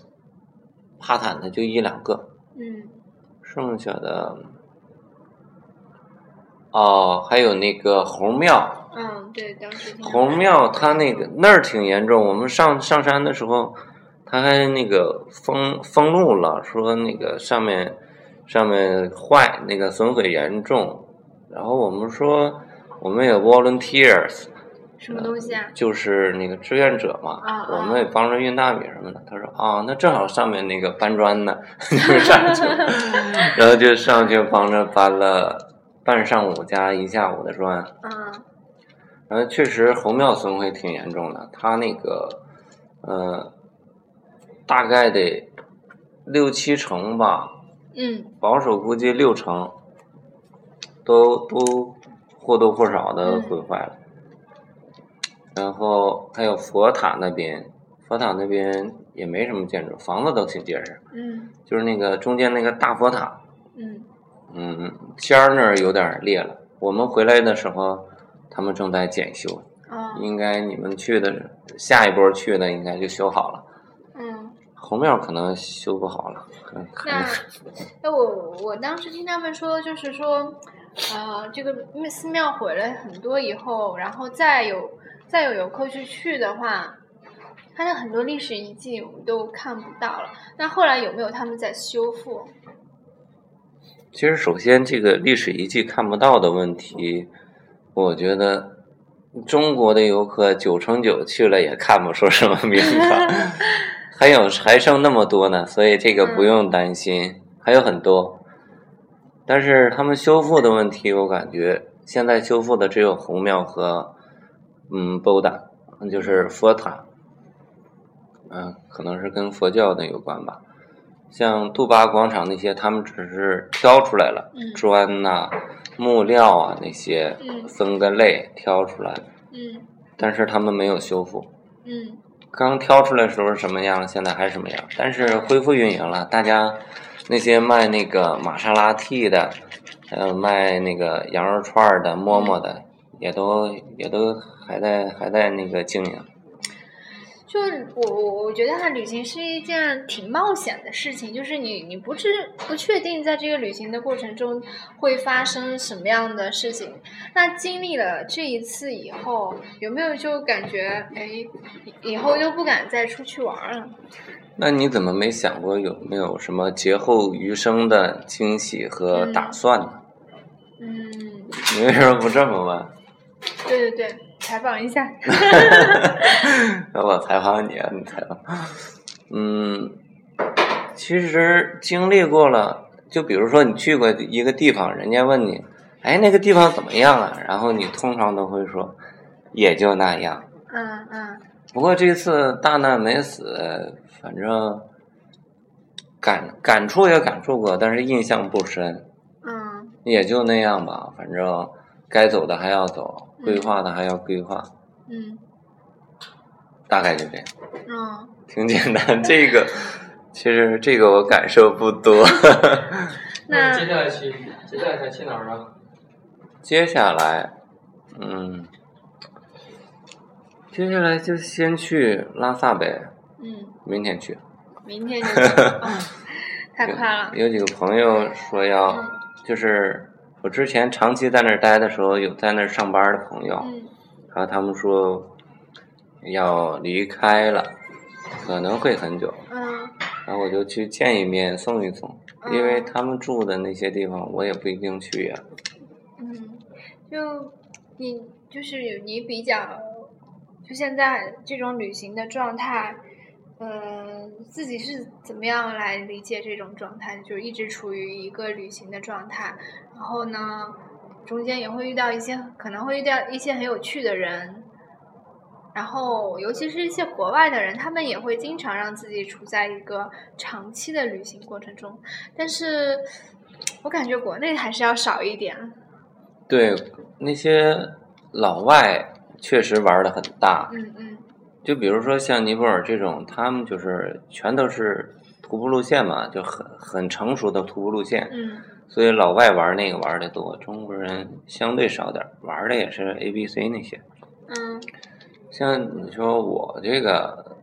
[SPEAKER 2] 帕坦的就一两个，
[SPEAKER 1] 嗯
[SPEAKER 2] 剩下的哦，还有那个红庙，
[SPEAKER 1] 嗯，对，当时挺
[SPEAKER 2] 红庙它那个那儿挺严重。我们上上山的时候，它还那个封封路了，说那个上面上面坏，那个损毁严重。然后我们说我们有 volunteers，
[SPEAKER 1] 什么东西啊？
[SPEAKER 2] 就是那个志愿者嘛，
[SPEAKER 1] 啊啊
[SPEAKER 2] 我们也帮着运大米什么的。他说啊，那正好上面那个搬砖呢， 你们上去吧，然后就上去帮着搬了半上午加一下午的砖。
[SPEAKER 1] 嗯
[SPEAKER 2] 然后确实红庙损毁挺严重的，它那个呃，大概得六七成吧，
[SPEAKER 1] 嗯
[SPEAKER 2] 保守估计六成都都或多或少的毁坏了。然后还有佛塔那边，佛塔那边也没什么建筑，房子都挺结实，
[SPEAKER 1] 嗯
[SPEAKER 2] 就是那个中间那个大佛塔，
[SPEAKER 1] 嗯
[SPEAKER 2] 嗯，尖儿那儿有点裂了。我们回来的时候，他们正在检修，
[SPEAKER 1] 啊
[SPEAKER 2] 应该你们去的下一波去的应该就修好了。
[SPEAKER 1] 嗯。
[SPEAKER 2] 红庙可能修不好了，可能可能
[SPEAKER 1] 那那我我当时听他们说，就是说，呃，这个因为寺庙毁了很多以后，然后再有再有游客去去的话，它的很多历史遗迹我们都看不到了。那后来有没有他们在修复？
[SPEAKER 2] 其实，首先这个历史遗迹看不到的问题，我觉得中国的游客九成九去了也看不出什么名堂，还有还剩那么多呢，所以这个不用担心，还有很多。但是他们修复的问题，我感觉现在修复的只有红庙和嗯波达，就是佛塔，嗯、可能是跟佛教的有关吧。像杜巴广场那些，他们只是挑出来了、
[SPEAKER 1] 嗯
[SPEAKER 2] 砖呐、木料啊那些
[SPEAKER 1] 嗯
[SPEAKER 2] 分个类挑出来，
[SPEAKER 1] 嗯
[SPEAKER 2] 但是他们没有修复。
[SPEAKER 1] 嗯
[SPEAKER 2] 刚挑出来的时候是什么样，现在还是什么样，但是恢复运营了。大家那些卖那个玛莎拉蒂的，还有卖那个羊肉串儿的、馍馍的，也都也都还在还在那个经营。
[SPEAKER 1] 就是我我我觉得哈，旅行是一件挺冒险的事情，就是你你不知不确定在这个旅行的过程中会发生什么样的事情。那经历了这一次以后，有没有就感觉哎，以以后就不敢再出去玩儿了？
[SPEAKER 2] 那你怎么没想过有没有什么劫后余生的惊喜和打算呢？
[SPEAKER 1] 嗯，
[SPEAKER 2] 你为什么不这么问？
[SPEAKER 1] 对对对，采访一下。
[SPEAKER 2] 我采访你啊，你采访。嗯，其实经历过了，就比如说你去过一个地方，人家问你，哎，那个地方怎么样啊？然后你通常都会说，也就那样。
[SPEAKER 1] 嗯嗯
[SPEAKER 2] 不过这次大难没死，反正感感触也感触过，但是印象不深，
[SPEAKER 1] 嗯
[SPEAKER 2] 也就那样吧。反正该走的还要走，
[SPEAKER 1] 嗯
[SPEAKER 2] 规划的还要规划，
[SPEAKER 1] 嗯
[SPEAKER 2] 大概就这样，
[SPEAKER 1] 嗯，
[SPEAKER 2] 挺简单。这个其实这个我感受不多。
[SPEAKER 1] 那
[SPEAKER 3] 接下来去，接下来想去哪儿啊？
[SPEAKER 2] 接下来，嗯，接下来就先去拉萨呗，
[SPEAKER 1] 嗯，
[SPEAKER 2] 明天去。
[SPEAKER 1] 明天就 去、哦，太快 了。
[SPEAKER 2] 有几个朋友说要，
[SPEAKER 1] 嗯
[SPEAKER 2] 就是我之前长期在那儿待的时候，有在那儿上班的朋友，
[SPEAKER 1] 嗯
[SPEAKER 2] 然后他们说要离开了，可能会很久，
[SPEAKER 1] 嗯
[SPEAKER 2] 然后我就去见一面送一送，
[SPEAKER 1] 嗯
[SPEAKER 2] 因为他们住的那些地方我也不一定去呀、
[SPEAKER 1] 嗯，就你就是你比较，就现在这种旅行的状态。嗯，自己是怎么样来理解这种状态？就是一直处于一个旅行的状态，然后呢，中间也会遇到一些可能会遇到一些很有趣的人，然后尤其是一些国外的人，他们也会经常让自己处在一个长期的旅行过程中。但是，我感觉国内还是要少一点。
[SPEAKER 2] 对，那些老外确实玩的很大，
[SPEAKER 1] 嗯嗯
[SPEAKER 2] 就比如说像尼泊尔这种，他们就是全都是徒步路线嘛，就很很成熟的徒步路线。
[SPEAKER 1] 嗯
[SPEAKER 2] 所以老外玩那个玩的多，中国人相对少点儿，玩的也是 A、B、C 那些。
[SPEAKER 1] 嗯
[SPEAKER 2] 像你说我这个，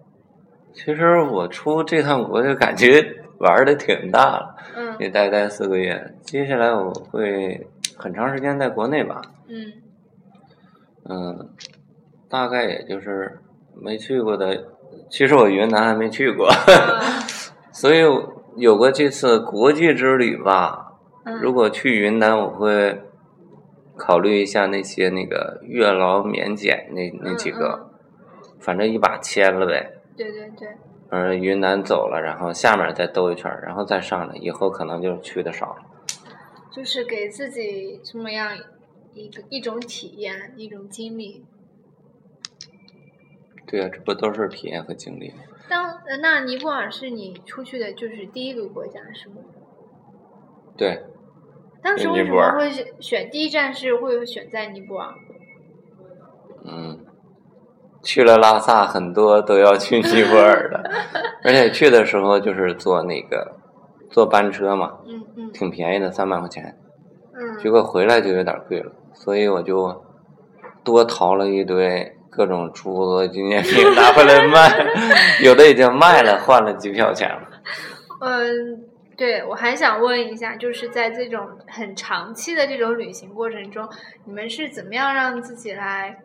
[SPEAKER 2] 其实我出这趟国就感觉玩的挺大了，
[SPEAKER 1] 嗯
[SPEAKER 2] 也待待四个月。接下来我会很长时间在国内吧，
[SPEAKER 1] 嗯
[SPEAKER 2] 嗯，大概也就是没去过的，其实我云南还没去过，
[SPEAKER 1] 啊
[SPEAKER 2] 所以有过这次国际之旅吧，
[SPEAKER 1] 嗯，
[SPEAKER 2] 如果去云南，我会考虑一下那些那个月老免检那那几
[SPEAKER 1] 嗯
[SPEAKER 2] 个，反正一把签了呗。
[SPEAKER 1] 嗯对对对，
[SPEAKER 2] 嗯，云南走了，然后下面再兜一圈儿，然后再上来，以后可能就去的少了。
[SPEAKER 1] 就是给自己这么样一个一种体验，一种经历。
[SPEAKER 2] 对啊，这不都是体验和经历吗？
[SPEAKER 1] 当呃那尼泊尔是你出去的，就是第一个国家是吗？
[SPEAKER 2] 对，
[SPEAKER 1] 当时为
[SPEAKER 2] 尼
[SPEAKER 1] 什
[SPEAKER 2] 泊
[SPEAKER 1] 么
[SPEAKER 2] 尔
[SPEAKER 1] 会选选第一站是会选在尼泊尔？
[SPEAKER 2] 嗯，去了拉萨，很多都要去尼泊尔的，而且去的时候就是坐那个坐班车嘛，
[SPEAKER 1] 嗯嗯
[SPEAKER 2] 挺便宜的，三百块钱。结
[SPEAKER 1] 嗯
[SPEAKER 2] 果回来就有点贵了，所以我就多淘了一堆各种珠子、纪念品拿回来卖， 有的已经卖了，换了机票钱了。
[SPEAKER 1] 嗯，对，我还想问一下，就是在这种很长期的这种旅行过程中，你们是怎么样让自己来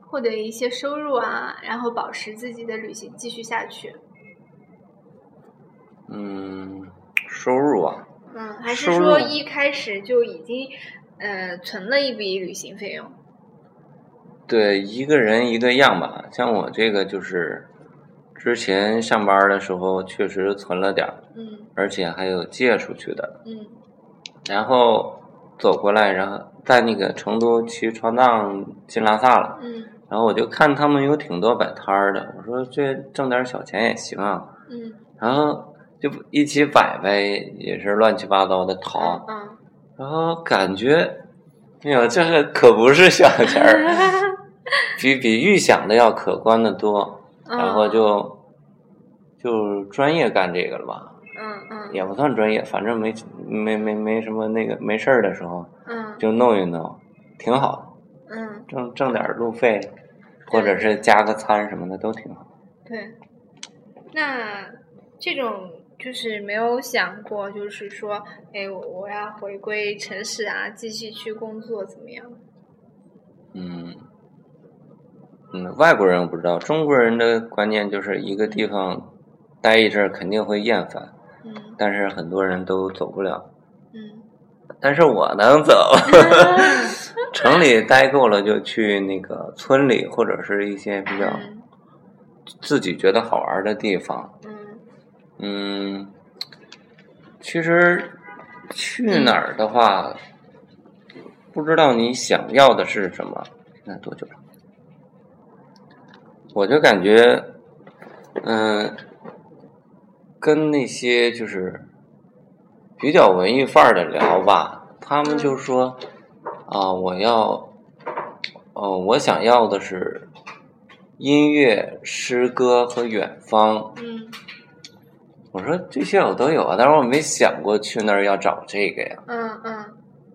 [SPEAKER 1] 获得一些收入啊，然后保持自己的旅行继续下去？
[SPEAKER 2] 嗯，收入啊，
[SPEAKER 1] 嗯，还是
[SPEAKER 2] 收
[SPEAKER 1] 说
[SPEAKER 2] 入
[SPEAKER 1] 一开始就已经呃存了一笔旅行费用？
[SPEAKER 2] 对，一个人一个样吧。像我这个就是之前上班的时候确实存了点儿，
[SPEAKER 1] 嗯
[SPEAKER 2] 而且还有借出去的，
[SPEAKER 1] 嗯
[SPEAKER 2] 然后走过来，然后在那个成都骑川藏进拉萨了。
[SPEAKER 1] 嗯
[SPEAKER 2] 然后我就看他们有挺多摆摊儿的，我说这挣点小钱也行啊，
[SPEAKER 1] 嗯
[SPEAKER 2] 然后就一起摆呗，也是乱七八糟的
[SPEAKER 1] 嗯
[SPEAKER 2] 淘，
[SPEAKER 1] 嗯
[SPEAKER 2] 然后感觉，哎呦，这个可不是小钱儿，比比预想的要可观的多，
[SPEAKER 1] 嗯，
[SPEAKER 2] 然后就就专业干这个了吧，
[SPEAKER 1] 嗯嗯
[SPEAKER 2] 也不算专业，反正没没没没什么那个没事儿的时候
[SPEAKER 1] 嗯
[SPEAKER 2] 就弄一弄，挺好的，
[SPEAKER 1] 嗯，
[SPEAKER 2] 挣挣点儿路费，或者是加个餐什么的都挺好。
[SPEAKER 1] 对，那这种就是没有想过，就是说，哎，我我要回归城市啊，继续去工作怎么样？
[SPEAKER 2] 嗯，嗯，外国人我不知道，中国人的观念就是一个地方待一阵儿肯定会厌烦，
[SPEAKER 1] 嗯
[SPEAKER 2] 但是很多人都走不了。
[SPEAKER 1] 嗯
[SPEAKER 2] 但是我能 走，城里待够了就去那个村里或者是一些比较
[SPEAKER 1] 嗯
[SPEAKER 2] 自己觉得好玩儿的地方。
[SPEAKER 1] 嗯
[SPEAKER 2] 嗯，其实去哪儿的话，不知道你想要的是什么。那多久了？我就感觉，嗯、跟那些就是比较文艺范儿的聊吧，他们就说啊，我要，呃，我想要的是音乐、诗歌和远方。
[SPEAKER 1] 嗯
[SPEAKER 2] 我说这些我都有啊，但是我没想过去那儿要找这个呀。
[SPEAKER 1] 嗯嗯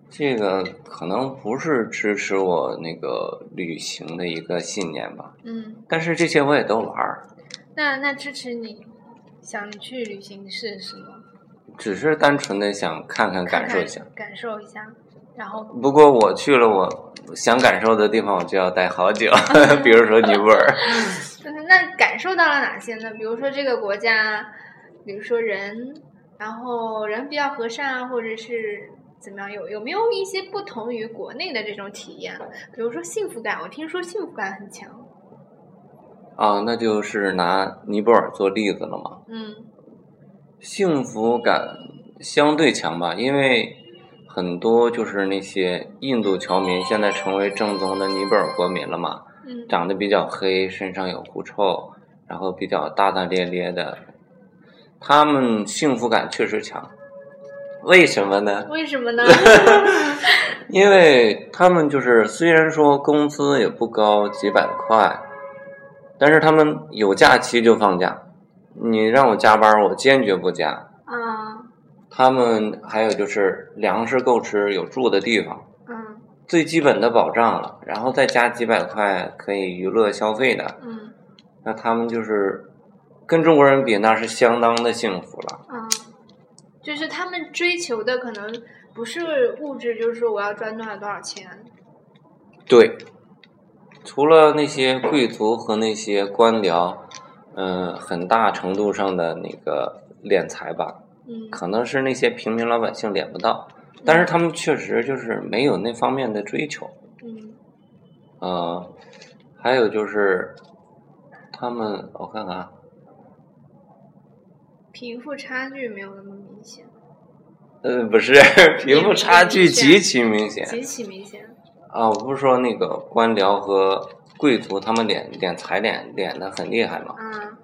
[SPEAKER 2] 这个可能不是支持我那个旅行的一个信念吧，
[SPEAKER 1] 嗯，
[SPEAKER 2] 但是这些我也都玩儿，
[SPEAKER 1] 那那支持你想你去旅行是什么？
[SPEAKER 2] 只是单纯的想看看感受一下
[SPEAKER 1] 看。看，感受一下，然后
[SPEAKER 2] 不过我去了我想感受的地方，我就要待好久， 比如说尼泊尔。
[SPEAKER 1] 嗯那感受到了哪些呢？比如说这个国家，比如说人，然后人比较和善啊，或者是怎么样？有有没有一些不同于国内的这种体验？啊比如说幸福感，我听说幸福感很强。
[SPEAKER 2] 啊，那就是拿尼泊尔做例子了嘛。
[SPEAKER 1] 嗯
[SPEAKER 2] 幸福感相对强吧，因为很多就是那些印度侨民现在成为正宗的尼泊尔国民了嘛，
[SPEAKER 1] 嗯
[SPEAKER 2] 长得比较黑，身上有狐臭，然后比较大大咧咧的，他们幸福感确实强。为什么呢？
[SPEAKER 1] 为什 么呢？
[SPEAKER 2] 因为他们就是虽然说工资也不高，几百块，但是他们有假期就放假。你让我加班，我坚决不加。
[SPEAKER 1] 啊
[SPEAKER 2] 他们还有就是粮食够吃，有住的地方，
[SPEAKER 1] 嗯
[SPEAKER 2] 最基本的保障了，然后再加几百块可以娱乐消费的，
[SPEAKER 1] 嗯
[SPEAKER 2] 那他们就是跟中国人比，那是相当的幸福了。
[SPEAKER 1] 嗯，就是他们追求的可能不是物质，就是说我要赚多少多少钱。
[SPEAKER 2] 对，除了那些贵族和那些官僚，嗯、很大程度上的那个敛财吧，
[SPEAKER 1] 嗯
[SPEAKER 2] 可能是那些平民老百姓敛不到，但是他们确实就是没有那方面的追求。
[SPEAKER 1] 嗯
[SPEAKER 2] 呃，还有就是他们，我看看啊，
[SPEAKER 1] 贫富差距没有那么明显，
[SPEAKER 2] 呃，不是贫富差距极其明显
[SPEAKER 1] 极其明显。
[SPEAKER 2] 啊！我不是说那个官僚和贵族他们敛敛财敛敛的很厉害嘛，
[SPEAKER 1] 啊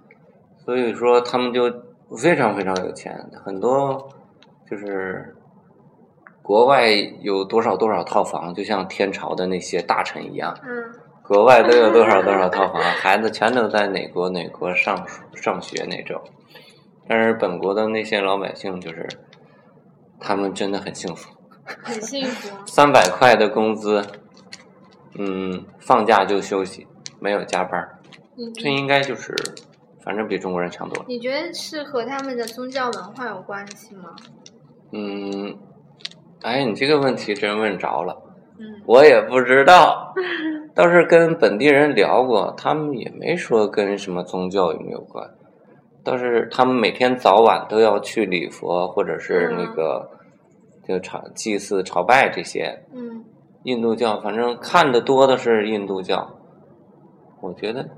[SPEAKER 2] 所以说他们就非常非常有钱，很多就是。国外有多少多少套房，就像天朝的那些大臣一样，
[SPEAKER 1] 嗯
[SPEAKER 2] 国外都有多少多少套房，孩子全都在哪国哪国上上学那种。但是本国的那些老百姓就是，他们真的很幸福，
[SPEAKER 1] 很幸福。
[SPEAKER 2] 三百块的工资，嗯，放假就休息，没有加班儿，
[SPEAKER 1] 你
[SPEAKER 2] 这应该就是，反正比中国人强多了。
[SPEAKER 1] 你觉得是和他们的宗教文化有关系吗？
[SPEAKER 2] 嗯，哎，你这个问题真问着了，
[SPEAKER 1] 嗯
[SPEAKER 2] 我也不知道，倒是跟本地人聊过，他们也没说跟什么宗教有没有关，倒是他们每天早晚都要去礼佛或者是那个、就朝祭祀朝拜这些
[SPEAKER 1] 嗯
[SPEAKER 2] 印度教，反正看的多的是印度教。我觉得，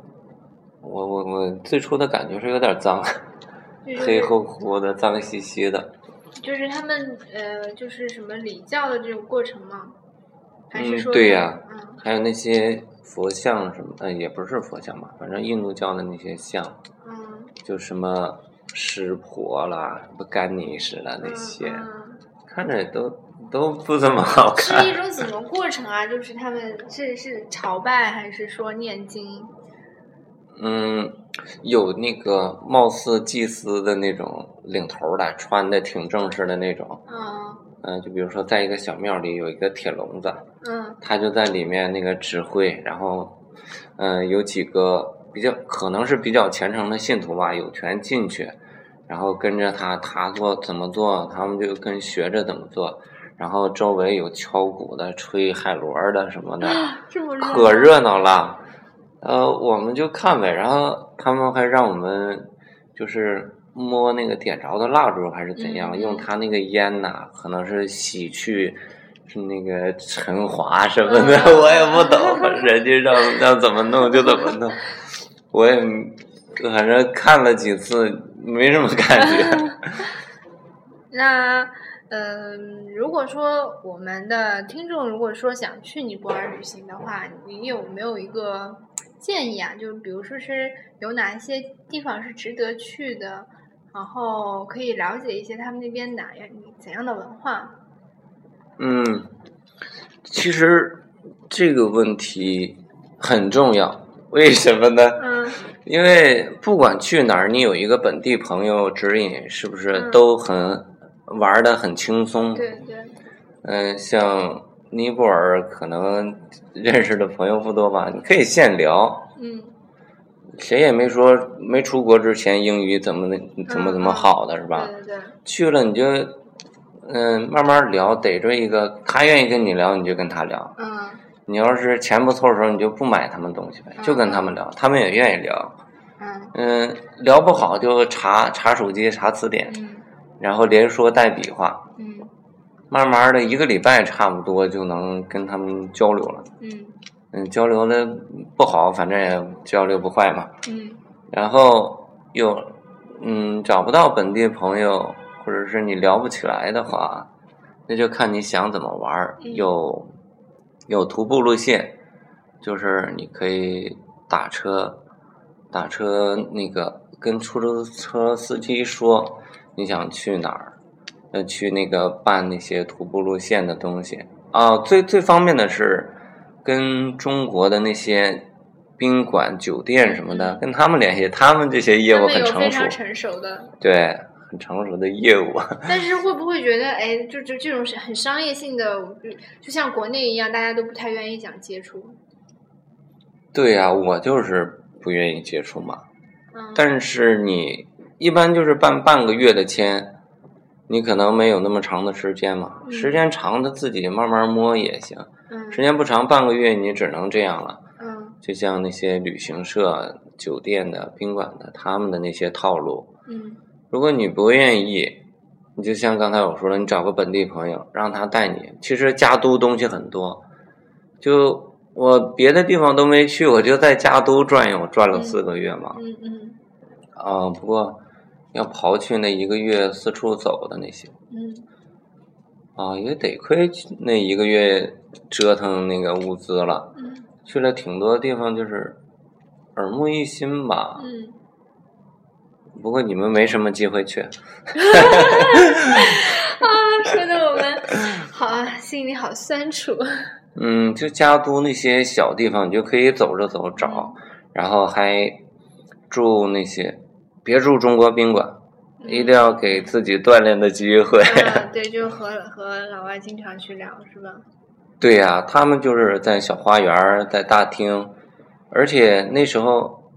[SPEAKER 2] 我我我最初的感觉是有点脏，
[SPEAKER 1] 就是
[SPEAKER 2] 黑乎乎的，脏兮兮的。
[SPEAKER 1] 就是他们呃，就是什么礼教的这种过程吗？还是
[SPEAKER 2] 嗯
[SPEAKER 1] 说
[SPEAKER 2] 对
[SPEAKER 1] 是
[SPEAKER 2] 呀
[SPEAKER 1] 嗯
[SPEAKER 2] 还有那些佛像什么，呃，也不是佛像吧，反正印度教的那些像，
[SPEAKER 1] 嗯
[SPEAKER 2] 就什么湿婆啦、什么甘尼什啦那
[SPEAKER 1] 嗯
[SPEAKER 2] 些，
[SPEAKER 1] 嗯
[SPEAKER 2] 看着也都都不怎么好
[SPEAKER 1] 是一
[SPEAKER 2] 看。
[SPEAKER 1] 种怎么过程啊？就是他们是是朝拜还是说念经？
[SPEAKER 2] 嗯，有那个貌似祭司的那种领头的，穿的挺正式的那种。
[SPEAKER 1] 嗯
[SPEAKER 2] 嗯、就比如说在一个小庙里有一个铁笼子，
[SPEAKER 1] 嗯
[SPEAKER 2] 他就在里面那个指挥，然后，嗯、有几个比较可能是比较虔诚的信徒吧，有权进去，然后跟着他，他做怎么做，他们就跟学着怎么做，然后周围有敲鼓的、吹海螺的什么的，
[SPEAKER 1] 这么热闹
[SPEAKER 2] 可热闹了。呃，我们就看呗，然后他们还让我们就是摸那个点着的蜡烛还是怎样，
[SPEAKER 1] 嗯
[SPEAKER 2] 用他那个烟呐、可能是洗去是那个尘华什么的，
[SPEAKER 1] 嗯
[SPEAKER 2] 我也不懂，人家让让怎么弄就怎么弄，我也 反正看了几次没什么感觉。
[SPEAKER 1] 那嗯、如果说我们的听众如果说想去尼泊尔旅行的话，你有没有一个建议啊？就比如说是有哪一些地方是值得去的，然后可以了解一些他们那边哪样怎样的文化？
[SPEAKER 2] 嗯，其实这个问题很重要，为什么呢？
[SPEAKER 1] 嗯
[SPEAKER 2] 因为不管去哪儿，你有一个本地朋友指引，是不是
[SPEAKER 1] 嗯
[SPEAKER 2] 都很玩的很轻松？
[SPEAKER 1] 对对，
[SPEAKER 2] 嗯、像尼泊尔可能 认识的朋友不多吧，你可以现聊，
[SPEAKER 1] 嗯
[SPEAKER 2] 谁也没说没出国之前英语怎么怎么怎么好的是吧？
[SPEAKER 1] 嗯对对对，
[SPEAKER 2] 去了你就嗯、慢慢聊，逮着一个他愿意跟你聊，你就跟他聊。
[SPEAKER 1] 嗯
[SPEAKER 2] 你要是钱不凑的时候，你就不买他们东西呗，就跟他们聊，他们也愿意聊。
[SPEAKER 1] 嗯
[SPEAKER 2] 嗯，聊不好就查查手机、查词典，
[SPEAKER 1] 嗯
[SPEAKER 2] 然后连说带比划，
[SPEAKER 1] 嗯
[SPEAKER 2] 慢慢的一个礼拜差不多就能跟他们交流了。
[SPEAKER 1] 嗯
[SPEAKER 2] 嗯，交流的不好，反正也交流不坏嘛。
[SPEAKER 1] 嗯
[SPEAKER 2] 然后又嗯找不到本地朋友，或者是你聊不起来的话，那就看你想怎么玩儿。
[SPEAKER 1] 嗯
[SPEAKER 2] 有有徒步路线，就是你可以打车，打车那个跟出租车司机说你想去哪儿，呃，去那个办那些徒步路线的东西啊。最最方便的是跟中国的那些。宾馆、酒店什么的，跟他们联系，他们这些业
[SPEAKER 1] 嗯他
[SPEAKER 2] 务
[SPEAKER 1] 们
[SPEAKER 2] 很
[SPEAKER 1] 有
[SPEAKER 2] 成
[SPEAKER 1] 非
[SPEAKER 2] 熟，
[SPEAKER 1] 常成熟的，
[SPEAKER 2] 对，很成熟的业务。
[SPEAKER 1] 但是会不会觉得，哎，就就这种是很商业性的，就就像国内一样，大家都不太愿意想接触。
[SPEAKER 2] 对呀、我就是不愿意接触嘛。
[SPEAKER 1] 嗯，
[SPEAKER 2] 但是你一般就是办半个月的签，你可能没有那么长的时间嘛。
[SPEAKER 1] 嗯
[SPEAKER 2] 时间长的自己慢慢摸也行，
[SPEAKER 1] 嗯
[SPEAKER 2] 时间不长，半个月你只能这样了。
[SPEAKER 1] 嗯
[SPEAKER 2] 就像那些旅行社、酒店的、宾馆的，他们的那些套路，
[SPEAKER 1] 嗯
[SPEAKER 2] 如果你不愿意，你就像刚才我说的，你找个本地朋友，让他带你。其实加都东西很多，就我别的地方都没去，我就在加都转悠，转了四个月嘛。
[SPEAKER 1] 嗯嗯
[SPEAKER 2] 啊、不过要刨去那一个月四处走的那些
[SPEAKER 1] 嗯
[SPEAKER 2] 啊、也得亏那一个月折腾那个物资了，
[SPEAKER 1] 嗯
[SPEAKER 2] 去了挺多地方，就是耳目一新吧。
[SPEAKER 1] 嗯，
[SPEAKER 2] 不过你们没什么机会去，
[SPEAKER 1] 啊，说的我 们好啊，心里好酸 楚。
[SPEAKER 2] 嗯，就加都那些小地方，你就可以走着走找，然后还住那些，别住中国宾馆，一定要给自己锻炼的机会。
[SPEAKER 1] 嗯，对，就和和老外经常去聊是吧？
[SPEAKER 2] 对呀、他们就是在小花园儿，在大厅，而且那时候，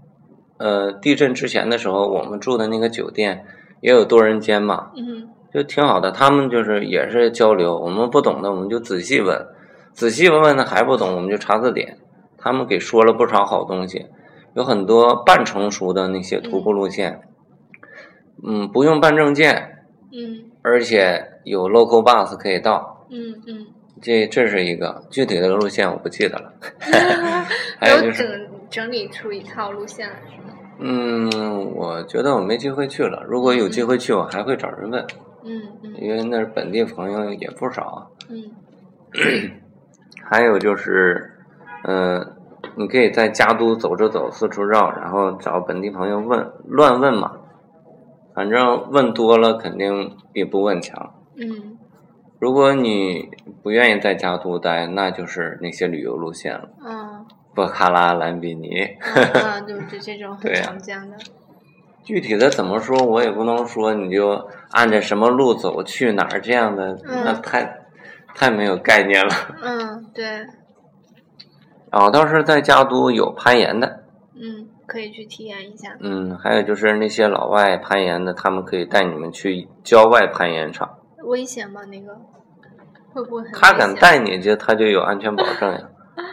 [SPEAKER 2] 呃，地震之前的时候，我们住的那个酒店也有多人间嘛，
[SPEAKER 1] 嗯
[SPEAKER 2] 就挺好的。他们就是也是交流，我们不懂的我们就仔细问，仔细问问的还不懂我们就查字典。他们给说了不少好东西，有很多半成熟的那些徒步路线，嗯，不用办证件，
[SPEAKER 1] 嗯
[SPEAKER 2] 而且有 local bus 可以到。
[SPEAKER 1] 嗯嗯，
[SPEAKER 2] 这这是一个具体的路线我不记 得了，还有
[SPEAKER 1] 都
[SPEAKER 2] 就是，
[SPEAKER 1] 整整理出一套路线来是吗？
[SPEAKER 2] 嗯，我觉得我没机会去了。如果有机会去，我还会找人问，
[SPEAKER 1] 嗯嗯
[SPEAKER 2] 因为那儿本地朋友也不少啊。
[SPEAKER 1] 嗯
[SPEAKER 2] 还有就是，嗯、你可以在家都走着走，四处绕，然后找本地朋友问，乱问嘛。反正问多了肯定比不问强。
[SPEAKER 1] 嗯
[SPEAKER 2] 如果你不愿意在家都待，那就是那些旅游路线了，
[SPEAKER 1] 嗯
[SPEAKER 2] 博卡拉、兰比尼。
[SPEAKER 1] 嗯，对，就这种很
[SPEAKER 2] 对呀啊
[SPEAKER 1] 常见的。
[SPEAKER 2] 具体的怎么说，我也不能说你就按着什么路走去哪儿这样的，
[SPEAKER 1] 嗯
[SPEAKER 2] 那太太没有概念了。
[SPEAKER 1] 嗯，对，
[SPEAKER 2] 啊，倒是在家都有攀岩的，
[SPEAKER 1] 嗯，可以去体验一下。
[SPEAKER 2] 嗯，还有就是那些老外攀岩的，他们可以带你们去郊外攀岩场，
[SPEAKER 1] 危险吗？那个会不会很？
[SPEAKER 2] 他敢？带你就他就有安全保 证呀。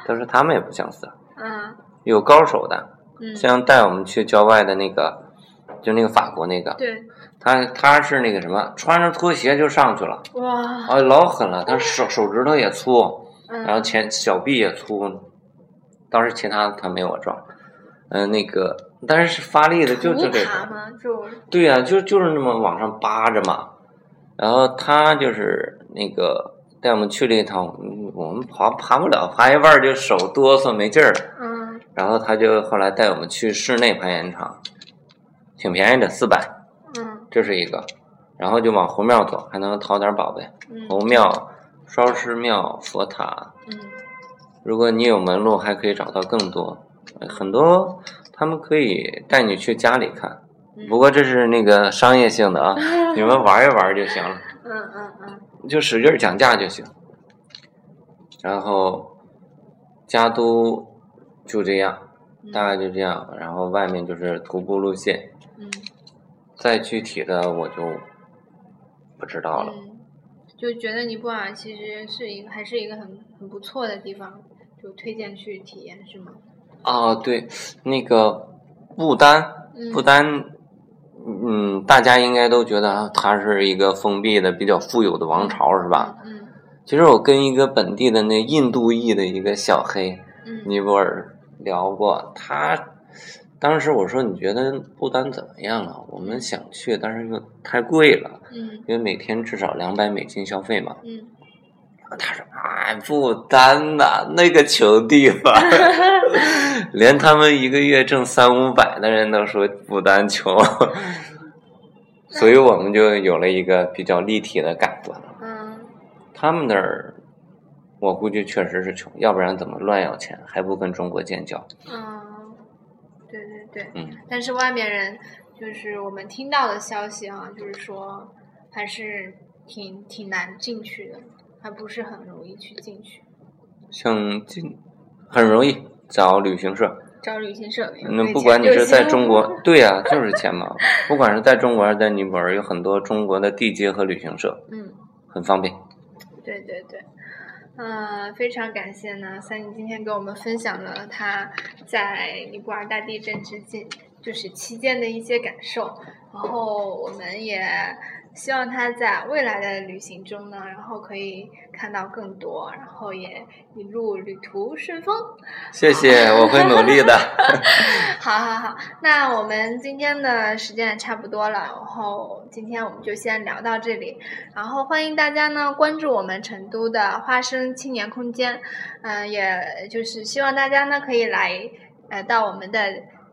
[SPEAKER 2] 但是他们也不想死，
[SPEAKER 1] 嗯
[SPEAKER 2] 有高手的，
[SPEAKER 1] 嗯，
[SPEAKER 2] 像带我们去郊外的那个，就那个法国那个，
[SPEAKER 1] 对，
[SPEAKER 2] 他他是那个什么，穿着拖鞋就上去了，
[SPEAKER 1] 哇，
[SPEAKER 2] 啊，老狠了，他手手指头也粗，然后
[SPEAKER 1] 嗯
[SPEAKER 2] 前小臂也粗，倒是其他的他没我壮，嗯、那个但是发力的就就
[SPEAKER 1] 不
[SPEAKER 2] 这
[SPEAKER 1] 爬
[SPEAKER 2] 个，
[SPEAKER 1] 吗？就
[SPEAKER 2] 对呀、就就是那么往上扒着嘛。然后他就是那个带我们去了一趟，嗯我们爬爬不了，爬一半儿就手哆嗦没劲儿了。
[SPEAKER 1] 嗯
[SPEAKER 2] 然后他就后来带我们去室内攀岩场，挺便宜的，四百，
[SPEAKER 1] 嗯
[SPEAKER 2] 这是一个。然后就往红庙走，还能淘点宝贝。
[SPEAKER 1] 嗯
[SPEAKER 2] 红庙、双狮庙、佛塔，
[SPEAKER 1] 嗯
[SPEAKER 2] 如果你有门路，还可以找到更多。呃很多他们可以带你去家里看，
[SPEAKER 1] 嗯，
[SPEAKER 2] 不过这是那个商业性的啊，你们玩一玩就行了。
[SPEAKER 1] 嗯嗯嗯
[SPEAKER 2] 就使劲儿讲价就行。然后家都就这样，
[SPEAKER 1] 嗯，
[SPEAKER 2] 大概就这样。然后外面就是徒步路线，
[SPEAKER 1] 嗯
[SPEAKER 2] 再具体的我就不知道了。
[SPEAKER 1] 嗯，就觉得尼泊尔其实是一个还是一个很很不错的地方，就推荐去体验是吗？
[SPEAKER 2] 哦，对，那个不丹，
[SPEAKER 1] 嗯
[SPEAKER 2] 不丹，嗯，大家应该都觉得它是一个封闭的、比较富有的王朝，是吧？
[SPEAKER 1] 嗯
[SPEAKER 2] 其实我跟一个本地的那印度裔的一个小黑，
[SPEAKER 1] 嗯嗯
[SPEAKER 2] 尼泊尔聊过，他当时我说你觉得不丹怎么样啊？我们想去，但是又太贵了，
[SPEAKER 1] 嗯
[SPEAKER 2] 因为每天至少两百美金消费嘛。
[SPEAKER 1] 嗯
[SPEAKER 2] 他说啊、不丹呐、那个穷地方， 连他们一个月挣三五百的人都说不丹穷， 所以我们就有了一个比较立体的感官。
[SPEAKER 1] 嗯
[SPEAKER 2] 他们那儿，我估计确实是穷，要不然怎么乱要钱，还不跟中国建交？
[SPEAKER 1] 嗯，对对对，
[SPEAKER 2] 嗯。
[SPEAKER 1] 但是外面人就是我们听到的消息啊，就是说还是挺挺难进去的，还不是很容易去进去。
[SPEAKER 2] 像进很容易找旅行社，
[SPEAKER 1] 找旅行社，
[SPEAKER 2] 那不管你是在中国，对呀、就是钱嘛。不管是在中国还是在尼泊尔，有很多中国的地接和旅行社，
[SPEAKER 1] 嗯，
[SPEAKER 2] 很方便。
[SPEAKER 1] 对对对，呃，非常感谢呢，三妮今天给我们分享了她在尼泊尔大地震之间，就是期间的一些感受，然后我们也希望她在未来的旅行中呢，然后可以看到更多，然后也一路旅途顺风。
[SPEAKER 2] 谢谢，我会努力的。
[SPEAKER 1] 好好好，那我们今天的时间也差不多了，然后今天我们就先聊到这里，然后欢迎大家呢关注我们成都的花生青年空间，嗯、也就是希望大家呢可以来呃到我们的。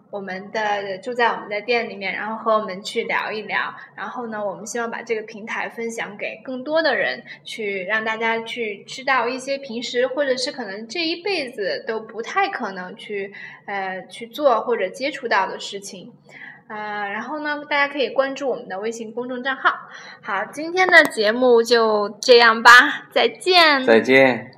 [SPEAKER 1] 我们的住在我们的店里面，然后和我们去聊一聊。然后呢，我们希望把这个平台分享给更多的人，去让大家去知道一些平时或者是可能这一辈子都不太可能去呃去做或者接触到的事情。呃，然后呢，大家可以关注我们的微信公众账号。好，今天的节目就这样吧，再见。
[SPEAKER 2] 再见。